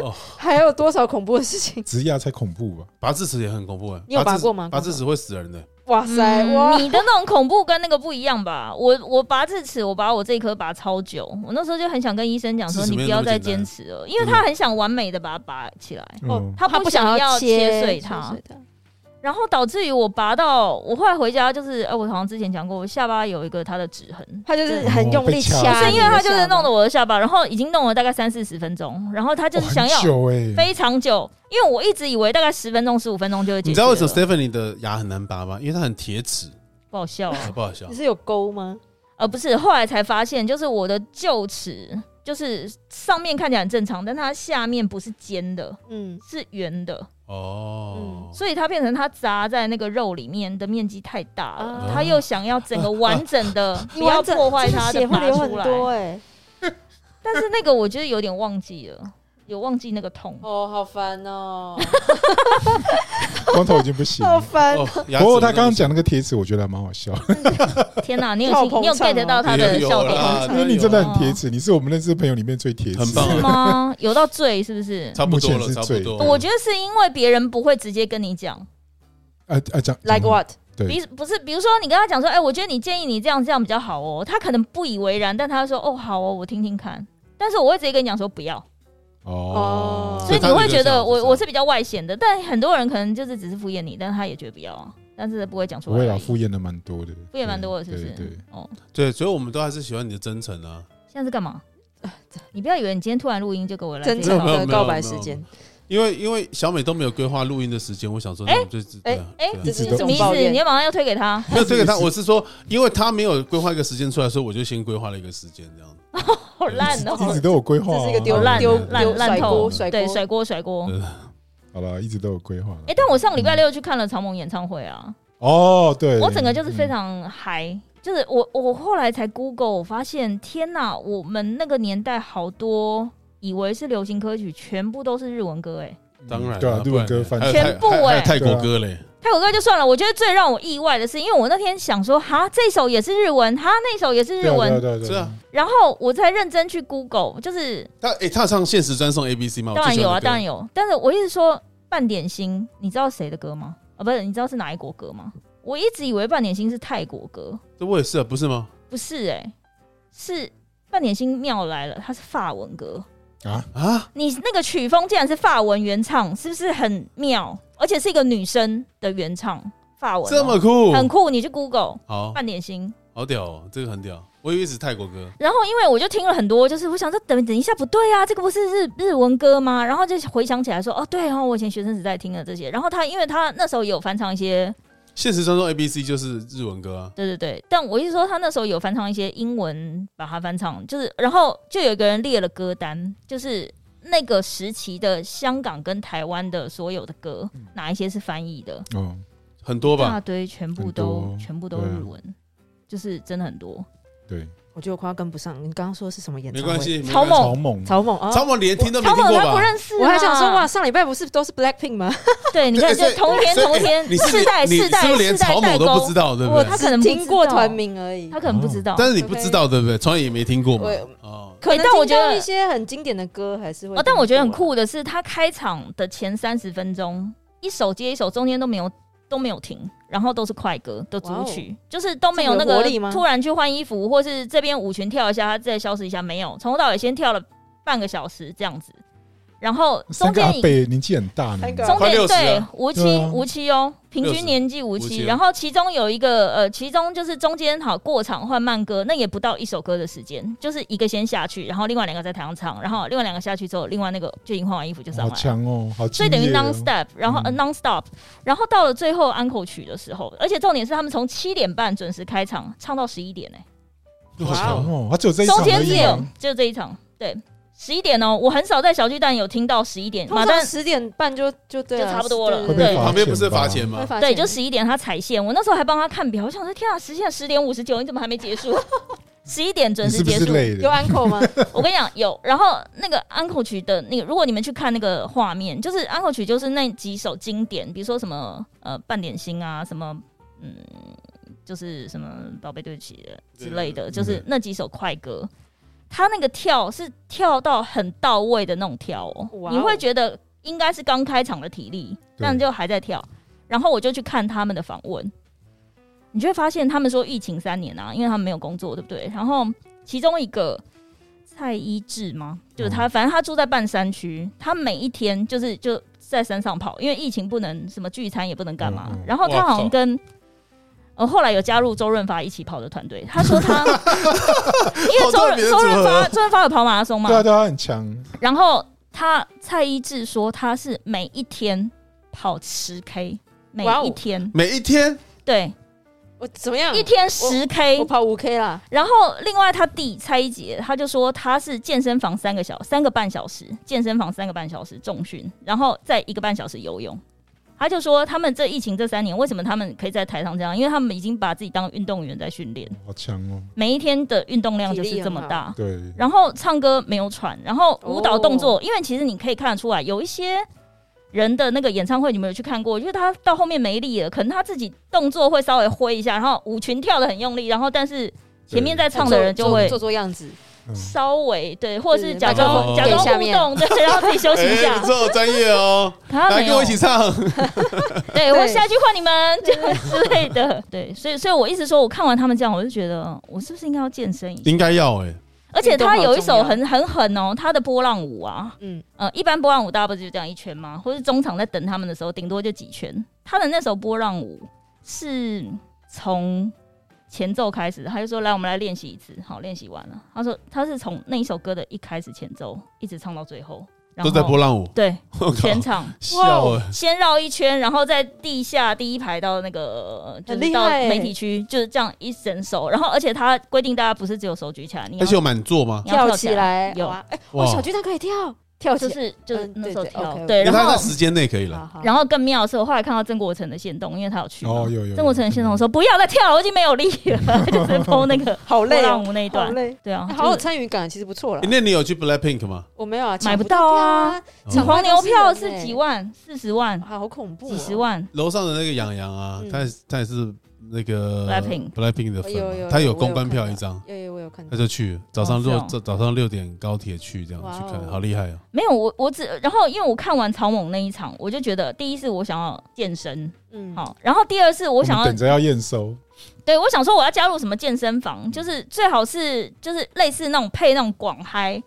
还有多少恐怖的事情？ 植牙才恐怖吧？啊拔智齿也很恐怖哎。你有拔智齿过吗拔智齿会死人的，哇塞，嗯哇，你的那种恐怖跟那个不一样吧？我我拔智齿，我拔我这一颗拔超久，我那时候就很想跟医生讲说，智齿你没有不要那么再简单坚持了，因为真的他很想完美的把它拔起来，哦，嗯他不想要切碎它它，，然后导致于我拔到我后来回家就是，哎、我好像之前讲过，我下巴有一个它的指痕，他就是很用力哦被掐掐，不是因为他它就是弄得我的下巴，然后已经弄了大概三四十分钟，然后他欸就是想 要很久哎，非常久，因为我一直以为大概十分钟十五分钟就会解决了，你知道为什么 Stephanie 的牙很难拔吗？因为它很铁齿，不好笑啊？好不好笑你？是有勾吗？呃，不是，后来才发现，就是我的臼齿，就是上面看起来很正常，但它下面不是尖的，嗯，是圆的，哦，所以它变成它砸在那个肉里面的面积太大了啊，它又想要 整个完整的，不你完要整破坏它这个的血会拔流很出来。多哎，但是那个我觉得有点忘记了，有忘记那个痛。哦，好烦 哦，光头已经不行好 了。嗯烦，哦，欸牙齿不过他刚刚讲那个贴纸，我觉得还蛮好 笑，哦天哪， 你有跳听你有膨胀 get 哦到他的有啊笑有点啦因为你真的很贴纸，你是我们认识的朋友里面最贴纸，很棒是吗？有到醉是不是？ 差不多目了，前差是不最多了。我觉得是因为别人不会直接跟你讲。啊啊，讲 like what？对比不是，比如说你跟他讲说，哎、我觉得你建议你这样这样比较好哦，他可能不以为然，但他说，哦，好哦，我听听看。但是我会直接跟你讲说不要，哦哦，所以他你会理觉论得上是这我样我是比较外显的，但很多人可能就是只是敷衍你，但他也觉得不要啊，但是不会讲出不来而会已。啦，敷衍的蛮多的，敷衍蛮多的，是不是？对对，哦，对，所以我们都还是喜欢你的真诚啊。现在是干嘛？ 你不要以为你今天突然录音就给我来这真个诚没有没的有告白没有时间，因为因为小美都没有规划录音的时间，我想说，哎那我们就对啊哎对啊这这是是一一种什么种意抱思？怨你。要马上要推给他？没有推给他，我是说，因为他没有规划一个时间出来，所以我就先规划了一个时间这样。好烂哦、一直都有规划这啊，是一个好丢烂丢烂丢烂甩透锅甩对，锅甩锅甩锅。对好了，一直都有规划啦。哎、但我上礼拜六去看了长梦演唱会啊。哦，对，我整个就是非嗯常嗨、就是我我后来才 Google，我发现天呐，我们那个年代好多以为是流行歌曲，全部都是日文歌、哎，当然啦，对啊日文歌不翻然还有全部还有还有哎泰国歌嘞，泰国歌就算了，我觉得最让我意外的是，因为我那天想说，哈，这首也是日文，哈，那首也是日对啊文，对啊对啊是对啊啊，。然后我才认真去 Google，就是他哎，他有唱限时专送 A B C 哦吗？我当然最喜有欢啊，的歌当然有，但是我一直说半点心，你知道谁的歌吗？啊，不是，你知道是哪一国歌吗？我一直以为半点心是泰国歌，这我也是啊，不是吗？不是哎、是半点心妙来了，它是法文歌。啊，你那个曲风竟然是法文原唱，是不是很妙？而且是一个女生的原唱，法文哦、这么酷，很酷。你去 Google 好半点心，好屌，哦，这个很屌。我以为是泰国歌，然后因为我就听了很多，就是我想说等等一下不对啊，这个不是日日文歌吗？然后就回想起来说哦对哦，我以前学生时代听的这些。然后他因为他那时候也有翻唱一些，限时专送 A B C 就是日文歌啊。对对对，但我一直说他那时候有翻唱一些英文，把它翻唱，就是然后就有一个人列了歌单，就是那个时期的香港跟台湾的所有的歌，哪一些是翻译的，哦，很嗯多一大吧，堆全部很都多全部都对啊日文，就是真的很多。对，我觉得我快要跟不上，你刚刚说是什么演没唱关会？系，没超关系梦草蜢，草蜢啊，超梦连听都没超听猛过他不吧？认识、啊，我还想说哇，，上礼拜不是都是 Blackpink 吗？对，你看所以这同一天所以同一天你是不世是代你世代是不是连世代草代蜢都不沟知，道，对不我对他？可能不知道听过团名而已他，可能不知道。但是你不知道，对不对？川野也没听过嘛。我哦，可哎能但我听觉到得一些很经典的歌还是会哦，但我觉得很听过酷的是，他开场的前三十分钟，一首接一首，中间都没有都没有停，然后都是快歌的主曲，就是都没有那哦这么有个活力吗突然去换衣服，或是这边舞裙跳一下，他再消失一下，没有，从头到尾先跳了半个小时这样子，然后中三个阿间贝年纪很大呢三，个中快间60对啊无对期啊无期哦，平60均年纪无无期期。啊然后其中有一个呃，其中就是中间好过场换慢歌，那也不到一首歌的时间，就是一个先下去，然后另外两个在台上唱，然后另外两个下去之后，另外那个就已经换完衣服就上好来了。强哦，好所以敬等于业哦， non stop，然后、呃、嗯 non stop，然后到了最后安口曲的时候，而且重点是他们从七点半准时开场，唱到十一点呢、欸好强哦，他只有这一场中间而只已有嘛只有这一场，对，十一点哦，我很少在小巨蛋有听到十一点，通马常丹十点半就就对就差不多了会对被对罚旁边不是吧罚钱会吗？发对，现就十一点他踩线，我那时候还帮他看表，我想说天啊，时限十点五十九，你怎么还没结束？ 十一点准你时是不结是束。啊累有了？ uncle 吗？我跟你讲，有。然后那个安 n 曲的那个，如果你们去看那个画面，就是安 n 曲就是那几首经典，比如说什么呃半点心啊，什么嗯，就是什么宝贝对不起之类的，就是那几首快歌。他那个跳是跳到很到位的那种跳哦，哇哦你会觉得应该是刚开场的体力，对但就还在跳。然后我就去看他们的访问，你就会发现他们说疫情三年啊，因为他们没有工作，对不对？然后其中一个蔡一智吗？就是嗯他，反正他住在半山区，他每一天就是就在山上跑，因为疫情不能什么聚餐，也不能干嘛。嗯嗯然后哦他好像跟。呃，后来有加入周润发一起跑的团队。他说 他，因为周好特润别的周润组发合周润发有跑马拉松嘛对，啊，对啊，很强，然后他蔡一智说他是每一天跑十 K，每哇哦一天每一天对，我怎么样？一天十 K 我。跑五 K 啦，然后另外他弟蔡一杰他就说他是健身房三个小三个半小时，健身房三个半小时重训，然后再一个半小时游泳。他就说他们这疫情这三年为什么他们可以在台上这样？因为他们已经把自己当运动员在训练，好强哦。每一天的运动量就体力是很这么大。对，然后唱歌没有喘，然后舞蹈动作，哦因为其实你可以看得出来，有一些人的那个演唱会，你们有去看过？因为他到后面没力了，可能他自己动作会稍微挥一下，然后舞群跳的很用力，然后但是前面在唱的人就会做做做样子，嗯稍微对，或者是对假装麦克风假给装下互面动，对，然后自己休息一哎 下不。错，专业哦，可他来没跟有我一，起唱。对我对下一句换你们这样 之类的，对，所以所以我一直说，我看完他们这样，我就觉得我是不是应该要健身一下？应该要哎，而且他有一首运很很狠哦，他的波浪舞啊，嗯，呃，一般波浪舞大家不是就这样一圈吗？或是中场在等他们的时候，顶多就几圈。他的那首波浪舞是从前奏开始，他就说：“来，我们来练习一次。”好，练习完了，他说他是从那一首歌的一开始前奏一直唱到最后，然都后在波浪舞， 对我靠全场笑哎，先绕一圈，然后在地下第一排到那个就很是厉到害欸媒体区，就是这样一整首。然后而且他规定大家不是只有手举起来，你要而且有满座吗？你要跳起来有哇哎，我小巨蛋可以跳，跳就起来，是就是嗯那对时候对跳，OK，OK 对，因为然他后在时间内可以好了，好然后更妙的是，我后来看到曾国成的线动，因为他有去嘛。啊哦，有有，曾国成的线动说：“不要再跳了，我已经没有力了。” 就是剖那个好波累浪哦，舞那一好段。累，对啊哎，好就有是参与感，其实不错了哎。那你有去 Black Pink 吗？我没有啊，买抢不不到啊啊，抢黄牛票抢不到是人几欸，万、四十万、啊好恐怖，几十，万，楼上的那个杨洋啊，嗯哦他也他也是那个 Blackpink Blackpink 的有粉有嘛，有他有我有公关票看到一张，有有我有看他到，就去早上哦是六哦早早上六点高铁去这样哇去看，哦好厉害哦！没有我我只然后因为我看完草蜢那一场，我就觉得第一是我想要健身，嗯，好，然后第二是我们想要等着要验收，对，我想说我要加入什么健身房，就是最好是就是类似那种配那种广嗨，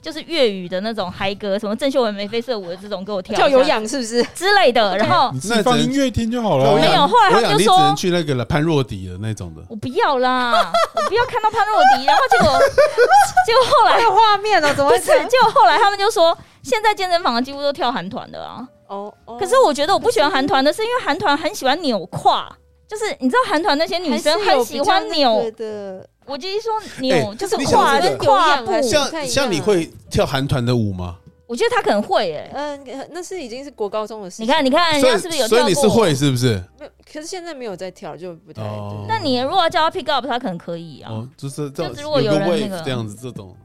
就是粤语的那种嗨歌，什么郑秀文眉飞色舞的这种给我跳一下跳有氧是不是？之类的。然后你自己放音乐听就好我了。没有，后来我他想们你就只能说。去那个了潘若迪的那种的，我不要啦，我不要看到潘若迪。然后结果， 结果 后还来有画面哦，怎不么会是，结果后来他们就说，现在健身房几乎都跳韩团的啊。哦哦，可是我觉得我不喜欢韩团的是，因为韩团很喜欢扭胯，就是你知道韩团那些女生很喜欢扭，的，我就一说扭哎就是你想胯这跟个胯部有氧还。是不太像一像样你会跳韩团的舞吗？我觉得他可能会诶、嗯，那是已经是国高中的事。你看，，你看，人所家以是不是有所以跳你是过？会是不是？没有，可是现在没有在跳，就不太。哦对那你如果要叫他 pick up，他可能可以啊。哦，就是就这样，是如果有个人那 wave 个这样子这种，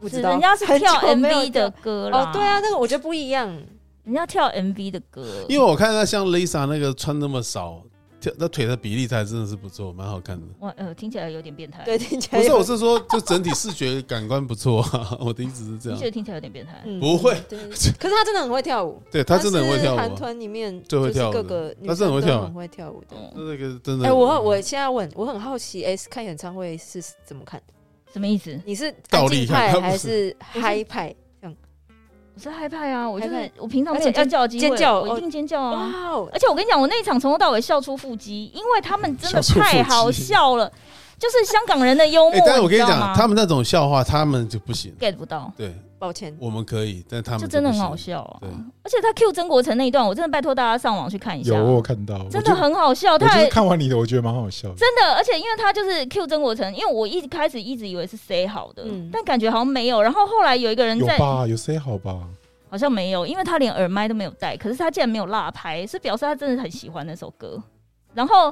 不是知道，人家是很跳久没有 MV 的歌跳啦。哦，对，啊，那个我觉得不一样。人家跳 MV 的歌，因为我看到像 Lisa 那个穿那么少，跳那腿的比例才真的是不错，蛮好看的。哇，呃，听起来有点变态。对，听起来不是，有我是说，就整体视觉感官不错啊。 我的意思是这你觉得样，听起来有点变态？嗯不会对可是他真的很会跳舞，对他真的很会跳是韩舞啊，团里面最会就是跳舞各的个女他真的生会都跳舞很会跳舞的。嗯，那个真的。哎，我我现在问，我很好奇，S 看演唱会是怎么看？什么意思？你是倒安立静派看还是嗨派？我是害怕啊，我就害是我平常没有而且尖叫的机会，尖叫我一定尖叫啊！哇哦，而且我跟你讲，我那一场从头到尾笑出腹肌，因为他们真的笑出腹肌太好笑了，就是香港人的幽哎，默。但我跟知你道讲，吗他们那种笑话，他们就不行。 get 不到，对抱歉，我们可以，但他们就就真的不很行好。笑啊对！而且他 Q 曾国成那一段，我真的拜托大家上网去看一下啊有，我有看到，真的很好笑。我就，他我就还是看完你的，我觉得蛮好笑的。真的，而且因为他就是 Q 曾国成，因为我一开始一直以为是 say 好的，嗯但感觉好像没有。然后后来有一个人有在，吧？有 say 好吧？好像没有，因为他连耳麦都没有带，可是他竟然没有落拍，是表示他真的很喜欢那首歌。然后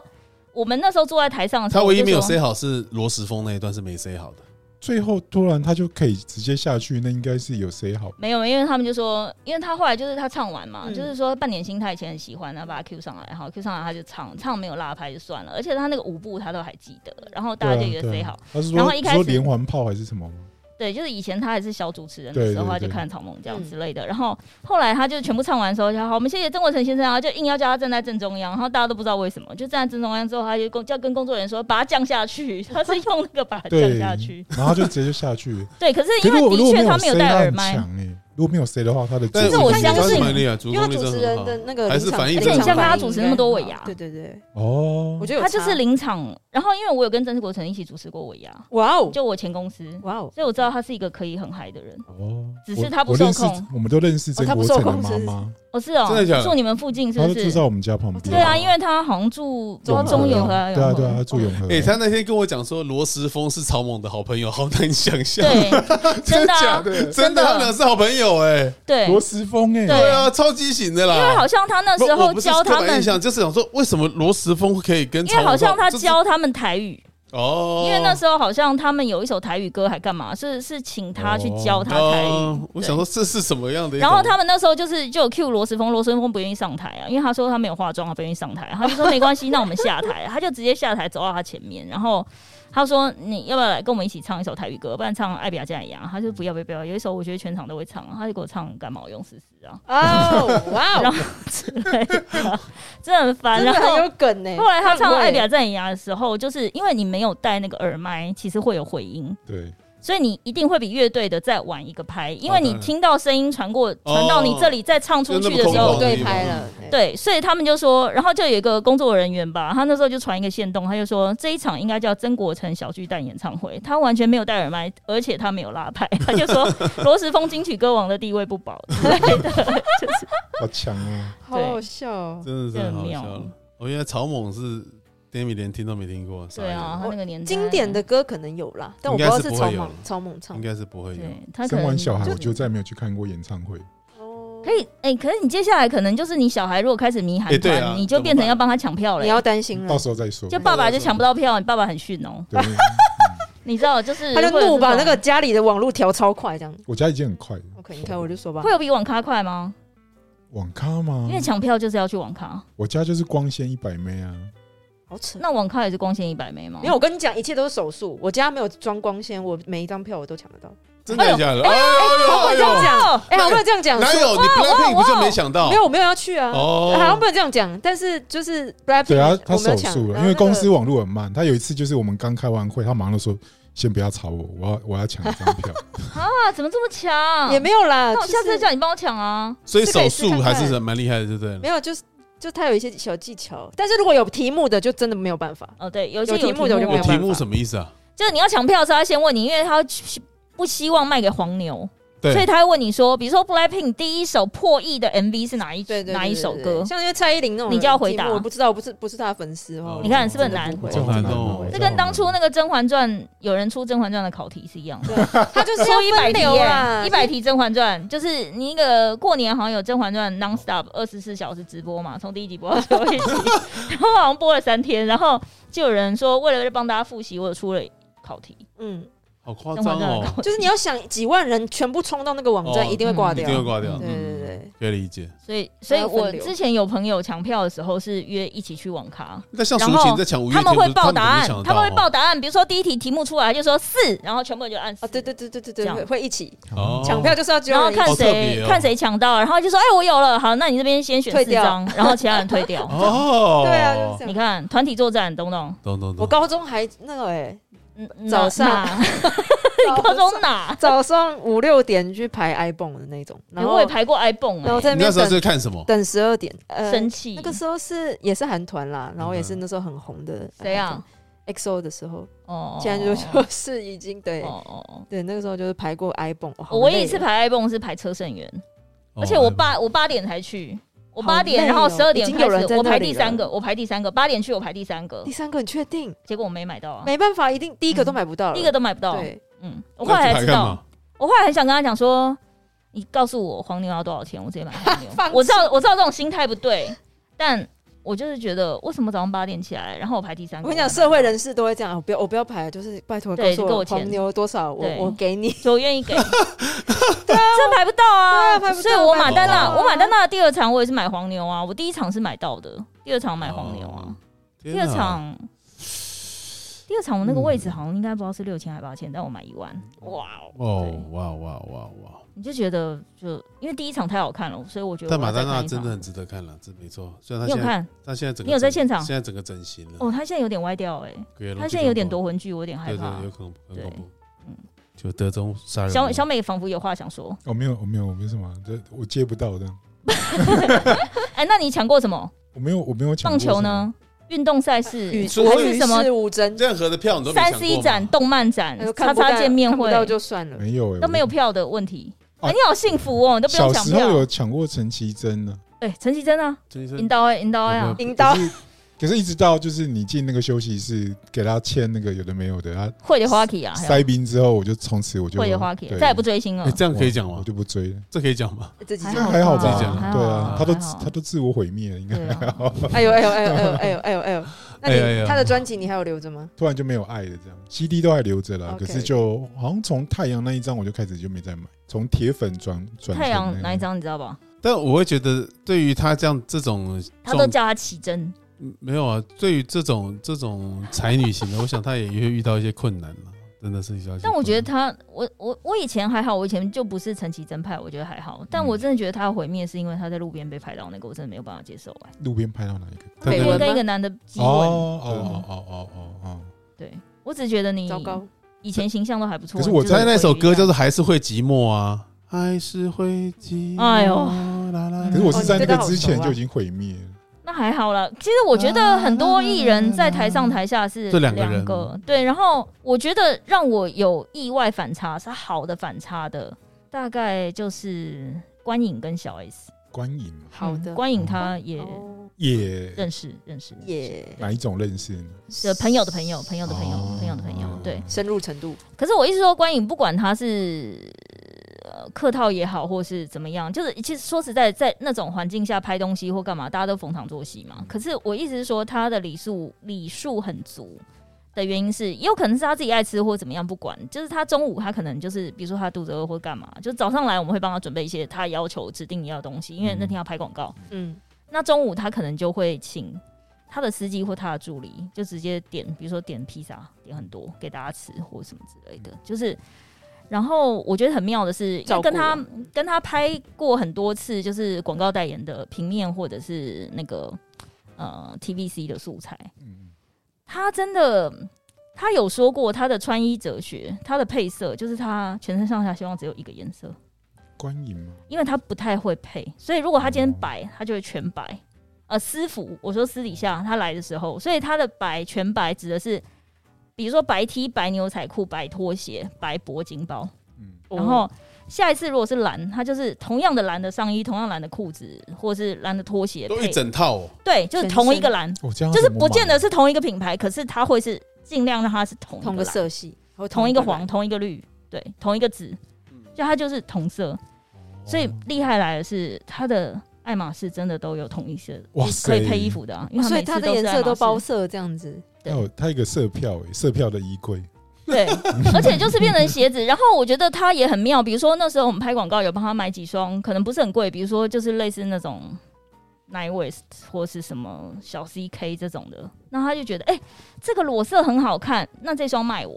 我们那时候坐在台上的时他候，唯一没有我就说 say 好是罗时峰那一段是没 say 好的。最后突然他就可以直接下去，那应该是有 say 好。没有，因为他们就说，因为他后来就是他唱完嘛，嗯就是说半点心他以前很喜欢，然后把他 Q 上来，好 Q 上来他就唱，唱没有落拍就算了，而且他那个舞步他都还记得，然后大家就对啊觉得 say 好。。对啊他是然后说一是开始说连环炮还是什么吗？对，就是以前他还是小主持人的对时候，对他就对看草蜢这样嗯之类的。然后后来他就全部唱完的时候，他好，我们谢谢曾国成先生啊，就硬要叫他站在正中央，然后大家都不知道为什么，就站在正中央之后，他就跟叫跟工作人员说把他降下去，他是用那个把他降对下去，，然后就直接就下去。对， 可是可因是如为果如的果确有他没谁，戴他耳很麦，强哎，如果没有谁的话，他的主但是持我觉得相他是信蛮厉害，主因为攻力主真持的人很的好。那个还是临场反应临而且场你像他反应主持应那么该多很尾好牙对对对，哦我，觉得有他就是差临场。然后因为我有跟曾国成一起主持过尾牙，哇哦就我前公司，哇哦，所以我知道他是一个可以很嗨的人。哦，只是我他不我受认识控我们都认识曾哦他不国受成的控妈是不是妈，哦，是哦，真的假的住你们附近是他不就是住？在我们家旁边。对啊，因为他好像住永中和中友和啊对啊永和对啊，他住永和。哎，他那天跟我讲说，罗时峰是草蜢的好朋友，好难想象。对，真的假啊的 真的，他们俩是好朋友哎。 对，罗斯峰哎，对对啊，超畸形的啦。因为好像他那不时我候不是教他刻板们印，象就是想说，为什么罗时峰可以跟因草蜢为这么？好像他这是教他们台语，哦，因为那时候好像他们有一首台语歌，还干嘛？是是请他去教他台哦语。我想说这是什么样的一然种？后他们那时候就是就有 Q 罗时峰，罗时峰不愿意上台啊，因为他说他没有化妆，他不愿意上台、啊他就说没关系，那我们下 台、他就直接下台走到他前面，然后他说你要不要来跟我们一起唱一首台语歌，不然唱《艾比亚加一样》，他就不要不要不要，有一首我觉得全场都会唱，他就给我唱《感冒用思思》啊哦 哇然哦，后之类 的，真的很烦。真的然很有后梗呢。后来他唱《很会艾比亚赞牙》的时候，就是因为你没有戴那个耳麦，其实会有回音。对，所以你一定会比乐队的再晚一个拍，因为哦当你然听到声音传过传到你这里再唱出去的就那时么候空有旷，对拍了，对对，所以他们就说，然后就有一个工作人员吧，他那时候就传一个线动，他就说这一场应该叫曾国成小巨蛋演唱会，他完全没有戴耳麦，而且他没有拉拍，他就说罗时峰金曲歌王的地位不保之类的，就是好强啊！好好笑哦。真的是很好这笑很妙了。我原来草蜢是 Demi 连听都没听过，傻对眼啊，他那个年代哦经典的歌可能有啦，但我不知道是草应该是不会有蜢了草蜢唱应的。该是不会有。对，他可生能完小孩我就再没有去看过演唱会。哦可以哎、可是你接下来可能就是你小孩如果开始迷韩哎团，对啊你就变怎成么办要帮他抢票了、你要担心哦了到，时候再说。就爸爸就抢不到票，你爸爸很逊哦、对，你知道，就是他就会有怒把这那种个家里的网络调超快，这样。我家已经很快了。 OK，你看我就说吧会，有比网咖快吗？网咖吗因？为抢票就是要去网咖，我家就是光纤一百枚啊。好扯。那网咖也是光纤一百枚吗？没有，我跟你讲，一切都是手术。我家没有装光纤，我每一张票我都抢得到。真的假的？哎好不能呦这样哎呦，讲，哎，好不能这样讲。哪有说你 Blackpink 哇不就没想到没？有，我没有要去啊。哦好像不能这样讲，但是就是对啊 Blackpink，，他我没手有抢，术了，然因后为那个公司网络很慢。他有一次就是我们刚开完会，他马上就说：“先不要吵我，我要我要抢一张 票。啊，怎么这么强？也没有啦。那我就是下次再叫你帮我抢啊。所以手这个也术是看还看是蛮厉害的，对不对了？没有，就是就他有一些小技巧，但是如果有题目的，就真的没有办法。哦，对，有些有题目目的我就没有有题办目法什么意思啊？就是你要抢票的时候，他先问你，因为他不希望卖给黄牛，所以对，他会问你说，比如说 BLACKPINK 第一首破亿的 MV 是哪一对对对哪一首对对歌对？像因为蔡依林那种，你就要回答我不知道，我不是不是他的粉丝哦哦。你看是不是很真的难不会这好难好难哦哦，这跟当初那个《甄嬛传》有人出《甄嬛传》的考题是一样的。他就是出一要百分题流啦，一百题《甄嬛传》，就是你那个过年好像有《甄嬛传》non stop 二十四小时直播嘛，从第一集播到最后 一集，然后好像播了三天，然后就有人说为了帮大家复习，我有出了考题， 嗯，好夸《甄嬛张传》的哦，考题，就是你要想几万人全部冲到那个网哦站，一定会挂一掉定。会挂掉。嗯对对对，可以理解。所以所以还要分我流之前有朋友抢票的时候是约一起去网咖。那像然抒后情在抢五月他天，们不会是报答案，怎么他抢们会得到哦报答案。比如说第一题题目出来就说四，然后全部人就按啊，四对对对对对这对，样会会一起哦抢票，就是要只然后有人看好特谁别哦看谁抢到，然后就说哎我有了，好，那你这边先选退四掉张，然后其他人退掉。哦，对啊，就是这你样。看团体作战，懂不懂？懂懂我懂。高中还那个 哎，嗯早哪上哪 高中哪？早上五六点去排 iPhone 的那种，然欸后我也排过 iPhone，然后哎，在你那那时候边是等看什么？等十二点，呃，生气那个时候是也是韩团啦，然后也是嗯那时候很红的谁啊？XO 的时候，哦现在就就是已经对哦哦哦。对，那个时候就是排过 iPhone，哇我 好累唯一一次哦排 iPhone 是排车胜元，哦而且我八我八点才去，我八点，累然哦后十二点已经开有人始，在我那排里第了三个，我排第三个，八点去我排第三个第，三个，你确定？结果我没买到啊，没办法，一定第一个都买不到了，嗯第一个都买不到。对，嗯，我那后来去才排知干道嘛，？我后来很想跟他讲说，你告诉我黄牛要多少钱，我直接买黄牛 放。弃我知道我知道这种心态不对，但我就是觉得为什么早上八点起来，然后我排第三我个，跟你讲，社会人士都会这样，我不要我不要排，就是拜托对告诉给我我钱黄牛多少，我对我给你。所以我愿 意给。这排不到啊，对啊排不所到以我马丹排不娜，到啊我马丹娜的第二场我也是买黄牛啊，我第啊一场是买到的，第二场买黄牛啊，哦。第第二场。第个场我那个位置好像应该不知道是六千还八千，但我买一万，哇哦， 哦对哇哇哇哇！你就觉得就因为第一场太好看了，所以我觉得但我马要丹再看娜一真场的很值得看了，这没错。虽然你他有现在看他现在整个你有在整现场现在整个整形了，哦，他现在有点歪掉哎、鬼龙他去现在有中点国夺魂剧，我有点害对怕。对，有可能很恐对怖。嗯就德中杀人小魔小美仿佛有话想说，哦我没有，我没有，我没什么，这我接不到的。哎、那你抢过什么？我没有，我没有抢棒过球什么？呢？运动赛事与足还球嗯是什么与世无争，任何的票你都没三抢 C 过展、吗动漫展哎呦、看叉不到叉见面看不会到就算嗯了。没有哎，都没有我。票的问题。啊哎，你好幸福哦，你都不用小抢时候票有。抢过陈绮贞 呢，哎，陈绮贞啊，陈医生引导哎，引导哎嗯有啊没，引导可是可是一直到就是你进那个休息室，给他签那个有的没有的，他会的花旗啊，还有塞冰之后，我就从此我就会的花旗，对再也不追星了哎，。这样可以讲我吗？就不追了。这可以讲吗？自己还讲好还好吧自己讲还好对啊，他都还好他都自我毁灭了，应该对啊，哎呦哎呦哎呦哎呦 哎呦哎呦哎呦！那哎呦哎呦你他的专辑你还有留着吗？突然就没有爱了，这样 CD 都还留着啦， OK 可是就好像从太阳那一张我就开始就没再买，从铁粉转转太阳成哪一？张你知道吧？但我会觉得，对于他这样这种他都这种叫他奇珍，嗯没有啊，对于这种这种才女型的，我想他也会遇到一些困难了，真的是遇到一些困难。但我觉哦得他，我我我以前还好，我以前就不是陈绮贞派，我觉得还好。但我嗯真的觉得他毁灭是因为他在路边被拍到那个，我真的没有办法接受哎。路边拍到哪一个？路他可边能跟一个男的激哦吻，啊哦哦哦哦哦，对我只是觉得你嗯糟糕，以前形象都还不错。可是我你就在他那首歌就是是还是会寂寞啊，还是会寂寞。哎呦啦啦啦可是我是哦你在那这个个好之前熟啊就已经毁灭了。那还好了。其实我觉得很多艺人在台上台下是啊这两个人两个对，然后我觉得让我有意外反差是好的反差的，大概就是关颖跟小 S。观影嘛好的嗯，关颖她也哦也认识认识也哪一种认识呢？的朋友的朋友朋友的朋友哦朋友的朋友对。深入程度，可是我意思说，观影不管他是呃客套也好，或是怎么样，就是其实说实在，在那种环境下拍东西或干嘛，大家都逢场作戏嘛。可是我意思是说，他的礼数礼数很足。的原因是，也有可能是他自己爱吃或怎么样，不管，就是他中午他可能就是，比如说他肚子饿或干嘛，就早上来我们会帮他准备一些他要求指定要的东西，因为那天要拍广告。嗯，那中午他可能就会请他的司机或他的助理，就直接点，比如说点披萨，点很多给大家吃或什么之类的，就是。然后我觉得很妙的是，因嗯照为顾跟他了跟他拍过很多次，就是广告代言的平面或者是那个呃 TVC 的素材，嗯，他真的他有说过他的穿衣哲学，他的配色就是他全身上下希望只有一个颜色，观影嘛，因为他不太会配，所以如果他今天哦白，他就会全白。呃，私服，我说私底下他来的时候，所以他的白全白指的是，比如说白 T、白牛仔裤、白拖鞋、白铂金包。嗯，哦然后下一次如果是蓝，他就是同样的蓝的上衣，同样蓝的裤子，或是蓝的拖鞋都一配，整套哦，对，就是全同一身个蓝，我哦这样就是怎么不见买得是同一个品牌，可是他会是尽量让它是同一同个个蓝色系，或哦同一个黄、蓝，同一个绿，对，同一个紫，就它就是同色。哦所以厉害来的是它的爱马仕真的都有统一色，哇就是塞可以配衣服的啊，因为它哦所以每它次的是颜色都爱马包仕色这样子，对还有他一个色票欸，色票的衣柜，对，而且就是 变成鞋子。然后我觉得它也很妙，比如说那时候我们拍广告有帮他买几双，可能不是很贵，比如说就是类似那种 Nine West 或是什么小 CK 这种的，那他就觉得哎、这个裸色很好看，那这双卖我，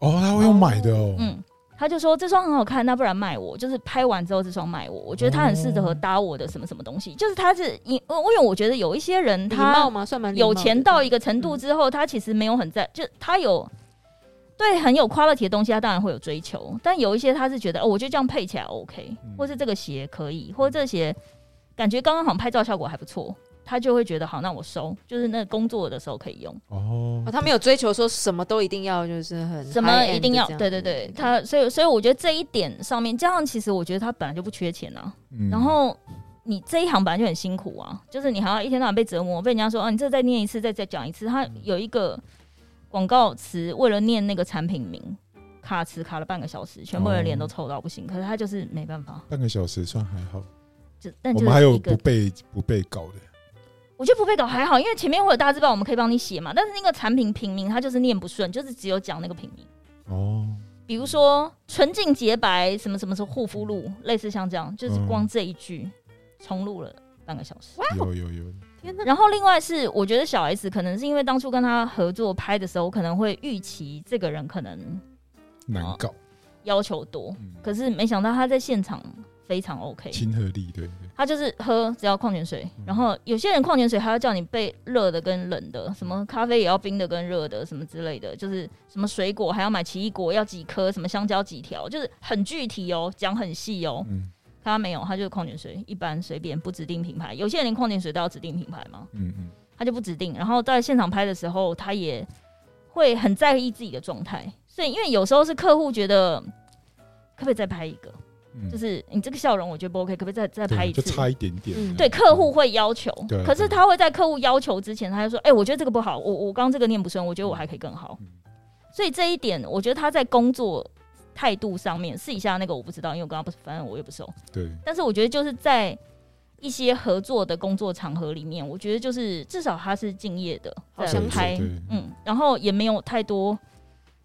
哦，他会用买的哦，嗯。他就说这双很好看，那不然卖我。就是拍完之后这双卖我，我觉得它很适哦合搭我的什么什么东西。就是他是因，因为我觉得有一些人礼他貌吗？算蛮礼貌有的钱到一个程度之后，他其实没有很在，就他有对很有 quality 的东西，他当然会有追求。但有一些他是觉得，哦，我就这样配起来 OK，嗯或是这个鞋可以，或者这鞋感觉刚刚好拍照效果还不错，他就会觉得好，那我收，就是那工作的时候可以用，哦哦，，他没有追求说什么都一定要，就是很什么 high end 一定要这，样对对对，他所以所以我觉得这一点上面，加上其实我觉得他本来就不缺钱啊，嗯然后你这一行本来就很辛苦啊，就是你还要一天到晚被折磨，被人家说啊，你这再念一次，再再讲一次。他嗯有一个广告词，为了念那个产品名，卡词卡了半个小时，全部人哦脸都臭到不行。可是他就是没办法，半个小时算还好，就但我就是们还有一个不被不被搞的，我觉得不被搞还好，因为前面会有大字报，我们可以帮你写嘛。但是那个产品品名，他就是念不顺，就是只有讲那个品名。哦，比如说纯净洁白什么什么什么护肤露，类似像这样，就是光这一句重录了半个小时。有有有，天哪，然后另外是，我觉得小 S 可能是因为当初跟他合作拍的时候，我可能会预期这个人可能难搞，要求多，嗯，可是没想到他在现场非常 OK。亲和力对对，他就是喝只要矿泉水，嗯然后有些人矿泉水还要叫你备热的跟冷的，嗯什么咖啡也要冰的跟热的，什么之类的，就是什么水果还要买奇异果要几颗，什么香蕉几条，就是很具体哦，讲很细哦。嗯他没有，他就是矿泉水，一般随便不指定品牌。有些人连矿泉水都要指定品牌吗？嗯嗯，他就不指定。然后在现场拍的时候，他也会很在意自己的状态，所以因为有时候是客户觉得可不可以再拍一个，嗯就是你这个笑容我觉得不 OK，可不可以再再对拍一就次？差一点啊点嗯，对，客户会要求对啊，可是对他会在客户要求之前，他就说：“哎、我觉得这个不好，我我刚刚这个念不顺，我觉得我还可以更好。嗯”所以这一点，我觉得他在工作态度上面，试一下那个我不知道，因为我跟他不，反正我也不熟。嗯对，但是我觉得就是在一些合作的工作场合里面，我觉得就是至少他是敬业的，好在相处拍对，嗯，然后也没有太多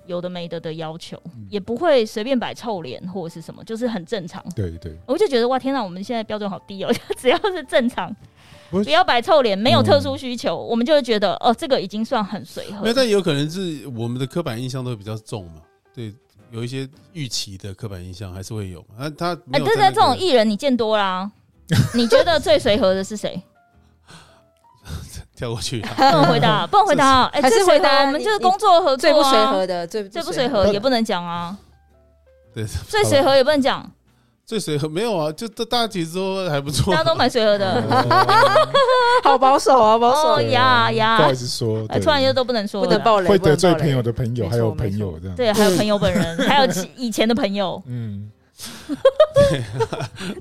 有的没的的要求，嗯也不会随便摆臭脸或者是什么，就是很正常。对对，我就觉得哇，天哪，我们现在标准好低哦！ 只要是正常，不不是要摆臭脸，没有嗯特殊需求，我们就会觉得哦，这个已经算很随和没有，。但也有可能是我们的刻板印象都会比较重嘛。对，有一些预期的刻板印象还是会有嘛。那他没哎，有对在那对，个这种艺人你见多啦。你觉得最随和的是谁？跳过去啊， 不能回答，不能回答。哎，还是最随和回答我们你就是工作合作最啊，不随和的，最最不随和也不能讲啊，对，最随和也不能讲，最随和没有啊，就大家其实都还不错大。家都蛮随和的。好保守啊，保守，呃 哦呀呀哦不好意思说，哎对突然就都不能说不了能暴雷，会不能得罪爆雷朋友的朋友，没错还有朋友这样，对，还有朋友本人，还有其以前的朋友，嗯，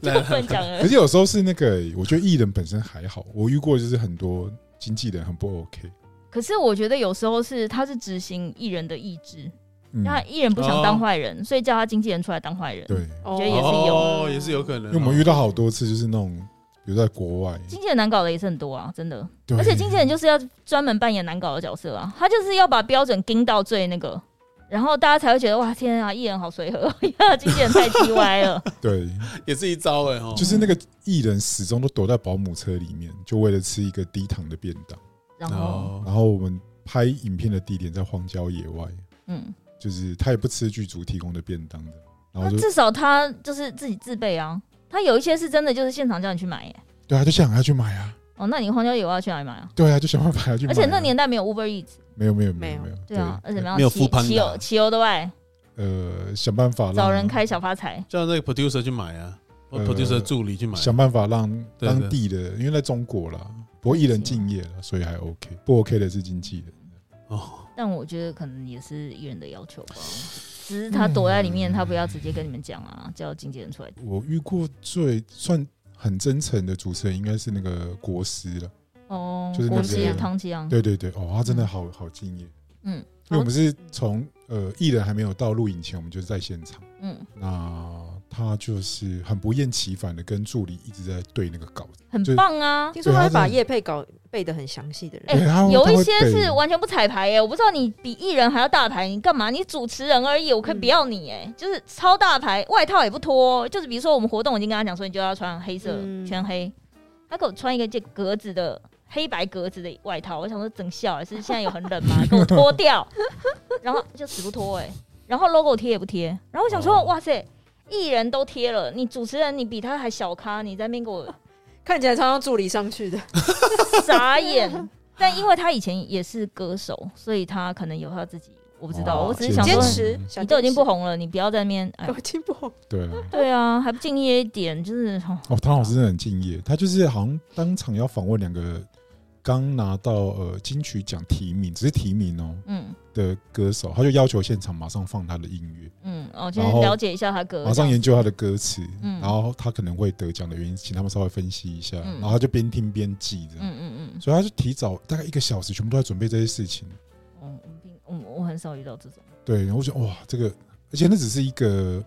就来不能讲了可。是有时候是那个，我觉得艺人本身还好，我遇过就是很多经纪人很不 OK，可是我觉得有时候是他是执行艺人的意志，嗯，哦那艺人不想当坏人，所以叫他经纪人出来当坏人。对，我觉得也是有哦，也是有可因能啊。为我们遇到好多次就是那种，比如在国外，经纪人难搞的也是很多啊，真的。对而且经纪人就是要专门扮演难搞的角色啊，他就是要把标准盯到最那个，然后大家才会觉得哇天啊，艺人好随和， 因为经纪人太叽歪 了。对，也是一招哎哦，就是那个艺人始终都躲在保姆车里面，就为了吃一个低糖的便当。然后，哦然后我们拍影片的地点在荒郊野外，嗯，就是他也不吃剧组提供的便当的，然后那就至少他就是自己自备啊，他有一些是真的就是现场叫你去买耶。对啊，就想要去买啊，哦，那你荒郊野外要去哪里买啊？对啊，就想办法要去买、而且那年代没有 Uber Eats，没有没有没没有有没有，对啊，而且没有骑 Foodpanda 骑游骑游的外呃，想办法让找人开小发财。叫那个 producer 去买啊，或呃 producer 助理去买啊。想办法让对对当地的，因为在中国啦，不过艺人敬业啊了，所以还 OK，不 OK 的是经纪人，哦，但我觉得可能也是艺人的要求 吧，只是他躲在里嗯面，他不要直接跟你们讲啊，叫经纪人出来。我遇过最算很真诚的主持人应该是那个国师了，哦，就是那国个旗唐吉阳，对对对，哦，他真的好好敬业，嗯因为我们是从呃艺人还没有到录影前，我们就是在现场。嗯，那他就是很不厌其烦的跟助理一直在对那个稿子，很就棒啊。听说他会对把他是叶配稿背得很详细的人，哎对他会有他一会些背是完全不彩排耶、我不知道你比艺人还要大牌，你干嘛？你主持人而已，我可以不要你哎、就是超大牌，外套也不脱，就是比如说我们活动已经跟他讲说，你就要穿黑色、嗯全黑，他给我穿一个这格子的黑白格子的外套，我想说整笑、欸，是现在有很冷吗？给我脱掉，然后就死不脱哎、然后 logo 贴也不贴，然后我想说，哦哇塞。艺人都贴了，你主持人你比他还小咖，你在那边给我看起来超像助理上去的，傻眼。但因为他以前也是歌手，所以他可能有他自己，我不知道。哦我只是坚想坚说，持，嗯小你都已经坚持不，红了，你不要在那边。哎 都，已经不红，对啊，对啊，还不敬业一点，就是哦哦，唐老师真的很敬业，他就是好像当场要访问两个刚拿到呃金曲奖提名，只是提名哦嗯的歌手，他就要求现场马上放他的音乐，嗯，哦，先然后了解一下他歌，马上研究他的歌词，嗯然后他可能会得奖的原因，请他们稍微分析一下，嗯然后他就边听边记这样，嗯嗯嗯所以他就提早大概一个小时，全部都在准备这些事情。嗯，我们平我我很少遇到这种，对，然后我就觉得哇，这个，而且那只是一个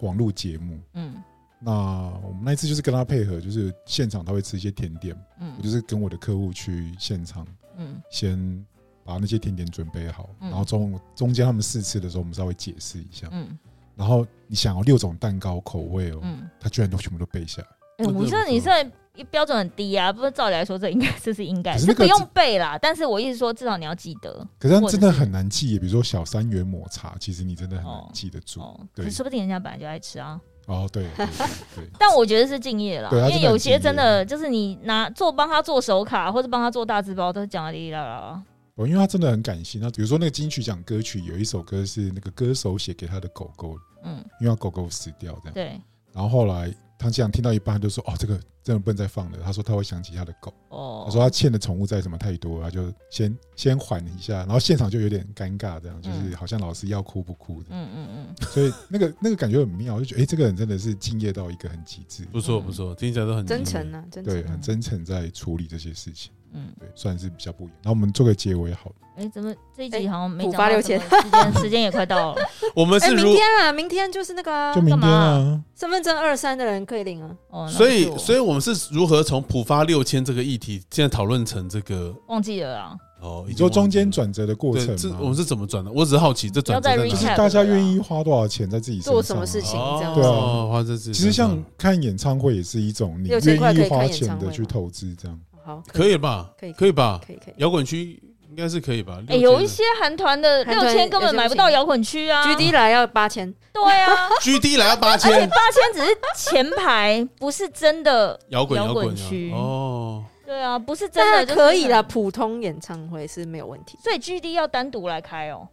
网络节目。嗯那我们那一次就是跟他配合，就是现场他会吃一些甜点，我就嗯是跟我的客户去现场嗯先把那些甜点准备好，嗯然后中中间他们试吃的时候，我们稍微解释一下。嗯然后你想要六种蛋糕口味哦，嗯，他居然都全部都背下来，哎、那我这觉得不你错这标准很低啊，不是照理来说这应该这是应该可是这那不个用只背啦，但是我意思说至少你要记得可是它真的很难记耶，比如说小三元抹茶，其实你真的很难记得住。哦，可对是说不定人家本来就爱吃啊。哦，对对对 对但我觉得是敬业啦，对他因为真的很有些敬业真的就是你拿做帮他做手卡或者帮他做大字包，都是讲的哩哩啦啦。哦，因为它真的很感性。那比如说那个金曲奖歌曲有一首歌是那个歌手写给他的狗狗，嗯，因为他狗狗死掉这样。对，然后后来唐吉阳听到一半，他就说：“哦，这个真的不能再放了。”他说他会想起他的狗。哦，他说他欠的宠物债什么太多，他就先先缓一下，然后现场就有点尴尬，这样就是好像老师要哭不哭的，嗯嗯 所以那个那个感觉很妙，就觉得哎、诶这个人真的是敬业到一个很极致，不错不错，听起来都很真诚啊，真对，诚。很真诚在处理这些事情，嗯对，算是比较不一样。那我们做个结尾好了，嗯，哎，怎么这一集好像没补讲发到六什么时间，时 间也快到了。我们哎，是明如，天啊，明天就是那个啊就明天啊，身份证二三的人可以领啊。 哦，那所不以是我所以我们是如何从普发六千这个议题，现在讨论成这个忘记了啊，哦，你已经说中忘记了间转折的过对，程这吗我们是怎么转的？我只是好奇这转折在哪不里要就是再 recap 大家愿意花多少钱在自己身上、啊，啊做什么事情这样子哦，花这啊其实像看演唱会也是一种你愿6000块可意以看花演钱唱的会去吗投资，这样好，可以吧？可以可以吧？可以可以。摇滚区应该是可以吧？哎， 6000有一些韩团的韩六团千根本买不到摇滚区啊 G D 来要八千，对啊， GD 来到八而且千，八千只是前排，不是真的。摇滚摇滚滚区啊哦，对啊，不是真的就但是可以啦，很。普通演唱会是没有问题。所以 G D 要单独来开哦。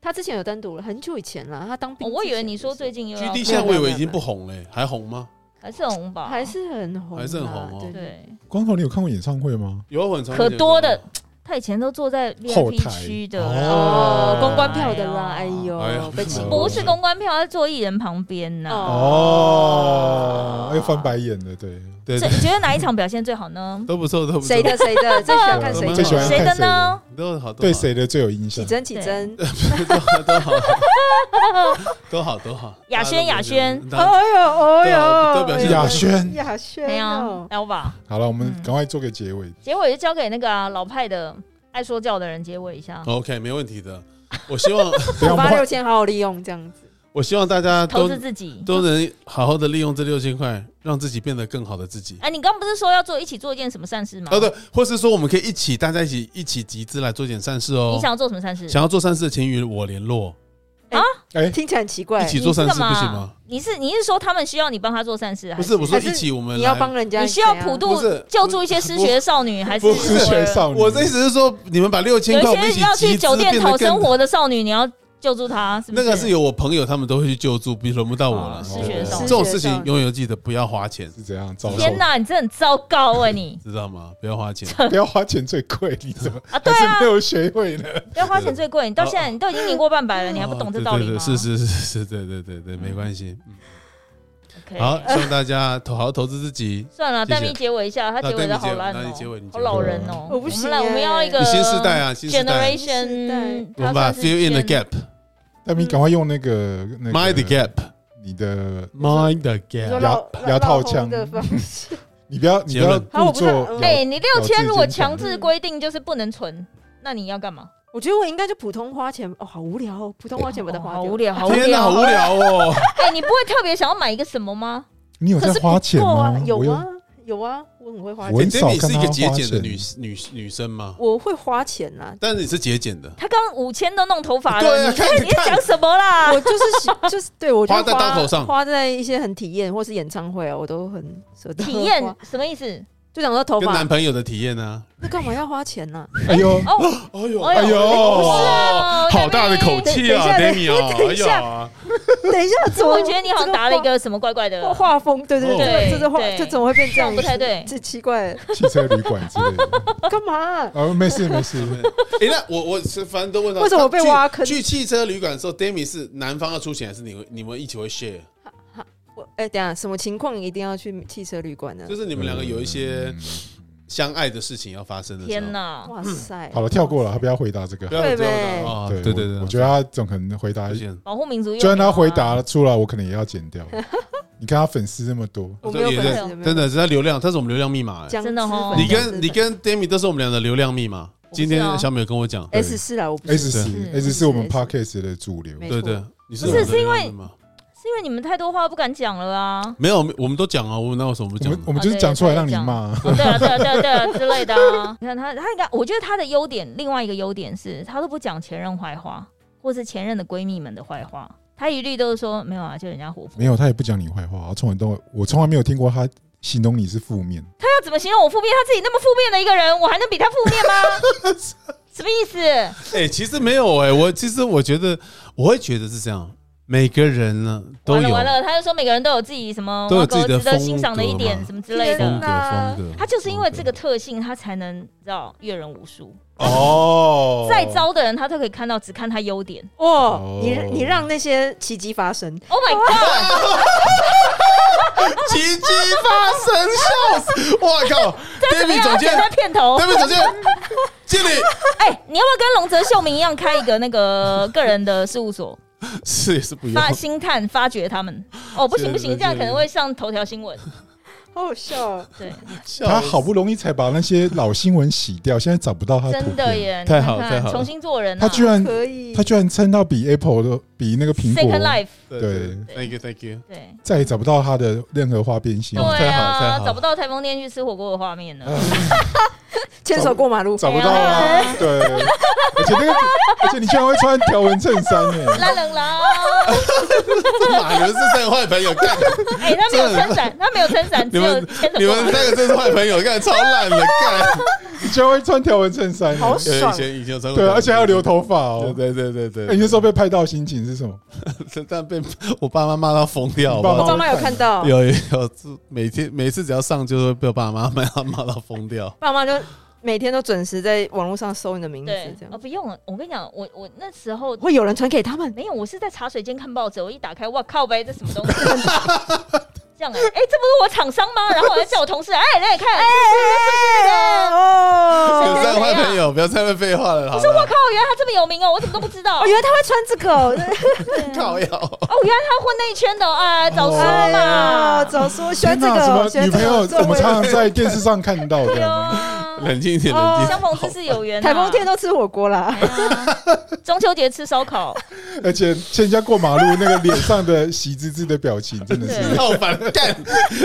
他之前有单独了，很久以前了，他当兵哦之我前就是、以为你说最近又要 GD 有现在我以没为有已经不红了，还红吗？还是很红吧，还是很红啊，还是很红哦对对。对。光头，你有看过演唱会吗？有啊很长可多的，哦他以前都坐在后 VIP 台区的哦啦，公关票的啦，哎呦，呦，哎呀被请不是公关票，他是坐艺人旁边呐。哦，又翻白眼了，对，对所对？以你觉得哪一场表现最好呢都不错，都不错，谁的 谁的，最喜欢看谁对啊我的？们最喜欢谁的呢？都好，都好对谁的最有印起象？真起真， 都好都好，都好都好。雅轩雅轩大家都哎呦哎呦，都表现雅轩雅轩没啊有哦， l v a 好了，我们嗯赶快做个结尾。结尾就交给那个啊老派的爱说教的人结尾一下。 OK，没问题的。我希望 等一下我们八换六千好好利用这样子，我希望大家投都资自己。都能好好的利用这六千块，让自己变得更好的自己。哎，你刚不是说要做一起做一件什么善事吗？哦，对，或是说我们可以一起，大家一起一起集资来做点善事哦。你想要做什么善事？想要做善事的，请与我联络。哎，听起来很奇怪一。起做善事不行吗？你是你是说他们需要你帮他做善哎事，还不是，我说还是一起我们你要来帮人家，你需要普渡不是救助一些失学少女，还是不失学少女，我的意思是说，你们把六千有一块我们一些起要集去资酒店变讨得生更。活的少女，你要救助她，是不那是？个是有我朋友，他们都会去救助，比轮不到我了。哦失学对少女这种事情永远要记得不要花钱，是怎样？遭受天哪，你真的很糟糕哎、你知道吗？不要花钱。不要花钱最贵，你怎么啊，对还啊是，没有学会呢？不 要花钱最贵，你到现在你都已经年过半百了，你还不哦懂这对道理对吗？对是是是是，对对对对，没关系。嗯 OK 好，希望大家投好好投资自己。算了，谢谢戴咪结尾一下，他结尾的好烂那戴咪哦结尾那你结尾你结好尾老人哦。我不行欸们来，我们要一个你新时代啊，新时代，新时代 generation，我们把呃它算是 fill in the gen- gap，mind 大嗯明，赶快用那个那个 the gap，mind 你的， the 你 gap 说。老牙牙套老红枪的方式，你不要你不要结好故我不知道作，嗯哎、你六千如果咬字强坚强制规定就是不能存，那你要干嘛？ 我觉得我应该就普通花钱哦，好无聊哦，普通花钱把它哦花好 掉无。聊，好无天聊好。无聊哦！哎、你不会特别想要买一个什么吗？你有在可是花不钱够啊吗？，有我啊，有啊，我很会花我钱，很少哎 Jamie 看是一个她节花俭的钱女女女生吗？我会花钱啊啦。但是你是节俭的，他刚五千都弄头发了，对啊你看看你在讲什么啦？ 我就是喜就是对我就花在刀口上花在一些很体验或是演唱会啊，我都很舍得 花体验什么意思？就想说头跟发男朋友的体验呢？那干嘛要花钱啊呢、哎呦，哦，哎呦哎呦不是啊好大的口气啊等，Demi 啊！等哎一下呀， 等一下，怎 么我觉得你好像打了一个什么怪怪这的个画。画风，对对对对，这这画对这怎么会变这样？不太对这奇怪，汽车旅馆之类的。 干嘛、 哦，没事没事， 哎，那我我是反正都问到，为什么被挖坑去去汽车旅馆的时候，Demi 是男方要出钱，还是你会你们一起会 share？我哎、等一下什么情况一定要去汽车旅馆呢就？是你们两个有一些嗯。相爱的事情要发生的时候。天哪！哇塞，嗯好了，跳过了，他不要回答这个不。要有这样的对啊！对对对对，我我觉得他总可能回答抱，歉保护民族用语啊，就算他回答出来，我可能也要剪 掉。你看他粉丝这么多，我没有也粉在丝，没有真的，是他流量，他是我们流量密码。哎讲真的哦你资跟本你跟 Demi 都是我们俩的流量密码。我不知道今天小美有跟我讲， S 四啦，我不 S 嗯是四是 S 四我们 S4 podcast 的主流没，对错对，你是不我是们的是因流量为密码是因为你们太多话不敢讲了 啊。没有，我们都讲啊，我们哪有什么不我讲们我的？们啊就是讲出来让你骂，哦，对啊，对啊，对啊，对啊之类的啊。你看他，他应该，我觉得他的优点，另外一个优点是，他都不讲前任坏话，或是前任的闺蜜们的坏话，他一律都是说没有啊，就人家活泼。没有他也不讲你坏话，他从来都我从来没有听过他形容你是负面。他要怎么形容我负面？他自己那么负面的一个人，我还能比他负面吗？什么意思？哎、其实没有哎、我其实我觉得，我会觉得是这样，每个人呢都完了有完了，他就说每个人都有自己什么都有我要自己的值得风欣赏的一格点嘛什么之类风的格天。哪风格，他就是因为这个风特性，他才能你知道阅人无数。格哦，再糟的人，他都可以看到，只看他优点。哦，你哦你让那些奇迹发生， Oh my god！奇迹发生，笑死！我 靠，David 总而且监他片头， ，David 总监，经理哎、你要不要跟龙泽秀明一样开一个那个个人的事务 所，是也是不一发 样，星探发掘他们？哦，不行是不行，是这样可能会上头条新闻。好好笑哦。对，笑他死好不容易才把那些老新闻洗掉，现在找不到他图真片的。耶，太好你看太看好了重新做人、啊。他居嗯然可以，他居然撑到比 Apple 的比那个苹 Second 果 Life，对对，Thank you，Thank you，对再也找不到他的任何花边新闻，对哦太好太啊，好找不到台风天去吃火锅的画面 了。牵手过马路，找不到啊。对，而且那个而且你居然会穿条纹衬衫 呢，拉冷啦！这马伦是真的坏 朋友，干哎，他没有撑伞，他没有撑伞，只你有们牵手你过们马路。三个真是坏朋友，干超烂 的，干你居然会穿条纹衬衫呢，哎好对以爽。前以前有参过对，啊而且还有留头发对哦。对对对对，哎，你那时候被拍到心情是什么？但被我爸妈骂到疯掉，你爸妈我我爸妈有看到，有有有，这每天每次只要上就会被我爸妈骂骂到疯掉。爸妈就每天都准时在网络上搜你的名字，对这，哦，样不用了。我跟你讲，我我那时候会有人传给他们。没有，我是在茶水间看报纸，我一打开，哇靠呗，这什么东西？这样哎、欸，哎、这不是我厂商吗？然后我还叫我同事，哎、来看，哎、哎不哦要再坏朋友，不要再被废话了，好了，靠，原来他这么有名哦、我怎么都不知道？哦，原来他会穿这个哦，靠呀！哦，原来他混那一圈的哦，哎，早说哎嘛，呀，早说喜欢这天哪个，喜什么女欢这朋个友？我们常常这个在电视上看到对的。啊，冷静一点，哦冷相静。逢之事有缘、啊，台风天都吃火锅啦，哎呀。中秋节吃烧哦烤，而且欠人家过马路那个脸上的喜滋滋的表情，真的是对闹反干，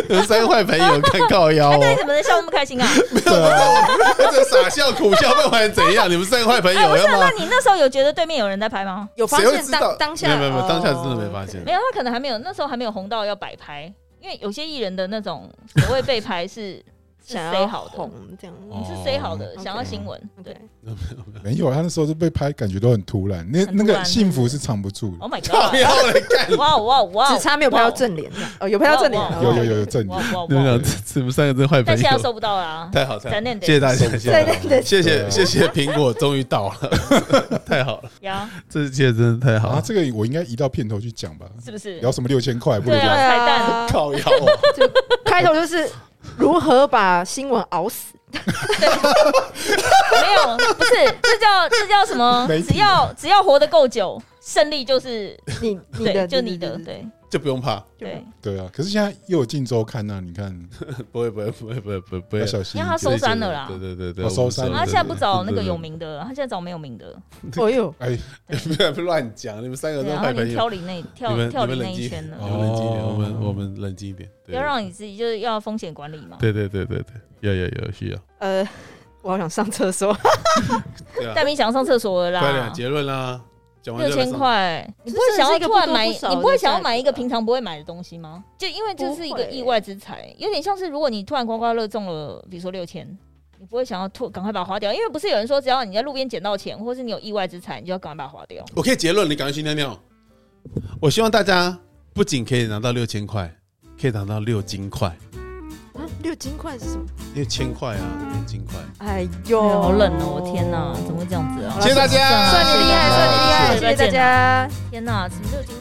你们三个坏朋友，干靠腰 那你哦！怎么能笑那么开心啊？ 对啊，这傻笑苦笑，不管怎样，你们三个坏朋哎，不友，是啊，要那吗？你那时候有觉得对面有人在拍吗？有发谁会现知道当？当下 哦没有没有没有，当下真的没现。发现哦没。有，他可能还没有，那时候还没有红到要摆拍，因为有些艺人的那种所谓被拍是是想 say 要好的，红这样。你哦是 say 好的， OK 想要新闻，对 OK，没有，啊他那时候是被拍，感觉都很突然，那很突那然个幸福是藏不住的。 ，Oh my 靠 god！腰嘞，干！哇哦哇哦哇哦，只差没有拍到正脸，这样哦，有拍到正脸哇哇，有有有有正哇脸，哦，哇哦你们哇俩哦，这你们三个真坏朋但现在友，收不到啦，太好太好残，念的谢谢大家，谢谢大家对对谢对谢啊谢谢苹果终于到了， 太好了，呀，这届真的太好啊，了，这个我应该移到片头去讲吧，是不是？聊什么六千块不如对啊，聊彩蛋，啊，靠腰哦。开头就是如何把新闻熬死，没有，不是，这叫这叫什么媒？体只要只要活得够久，胜利就是你你对，的就你的，对就不用怕，对。对啊，可是现在又有镜周刊啊，你看不会不会不会不会不会不要会，小心因一为他点。收山了啦对对对对，哦收山了他现在不找那个有，名的，他现在找没有名的，哦呦，哎， 不要乱讲，你们三个都对，是然后坏你朋们友跳，离那跳你们跳你离那们冷一静，圈哦了你，们冷静一点，我们我们冷静一点，不要让你自己就是要风险管理嘛。对对对对对，有有有需要，呃，我好想上厕所， 对啊戴，明想要上厕所了快点啦，结论啦，讲完六千，块，你不会想要突然买，你不会想要买一个平常不会买的东西吗？就因为这是一个意外之财，有点像是如果你突然刮刮乐中了，比如说六千，你不会想要突赶快把它花掉，因为不是有人说只要你在路边捡到钱，或是你有意外之财，你就要赶快把它花掉。我可以结论，你赶快去尿尿。我希望大家不仅可以拿到六千块，可以拿到六金块，啊 六金块是什么？六千块啊，六金块。哎哎呦，呀好冷哦！我天哪，怎么会这样子啊？谢谢大家算你厉害，算你厉害，谢谢大家。天哪，什么六金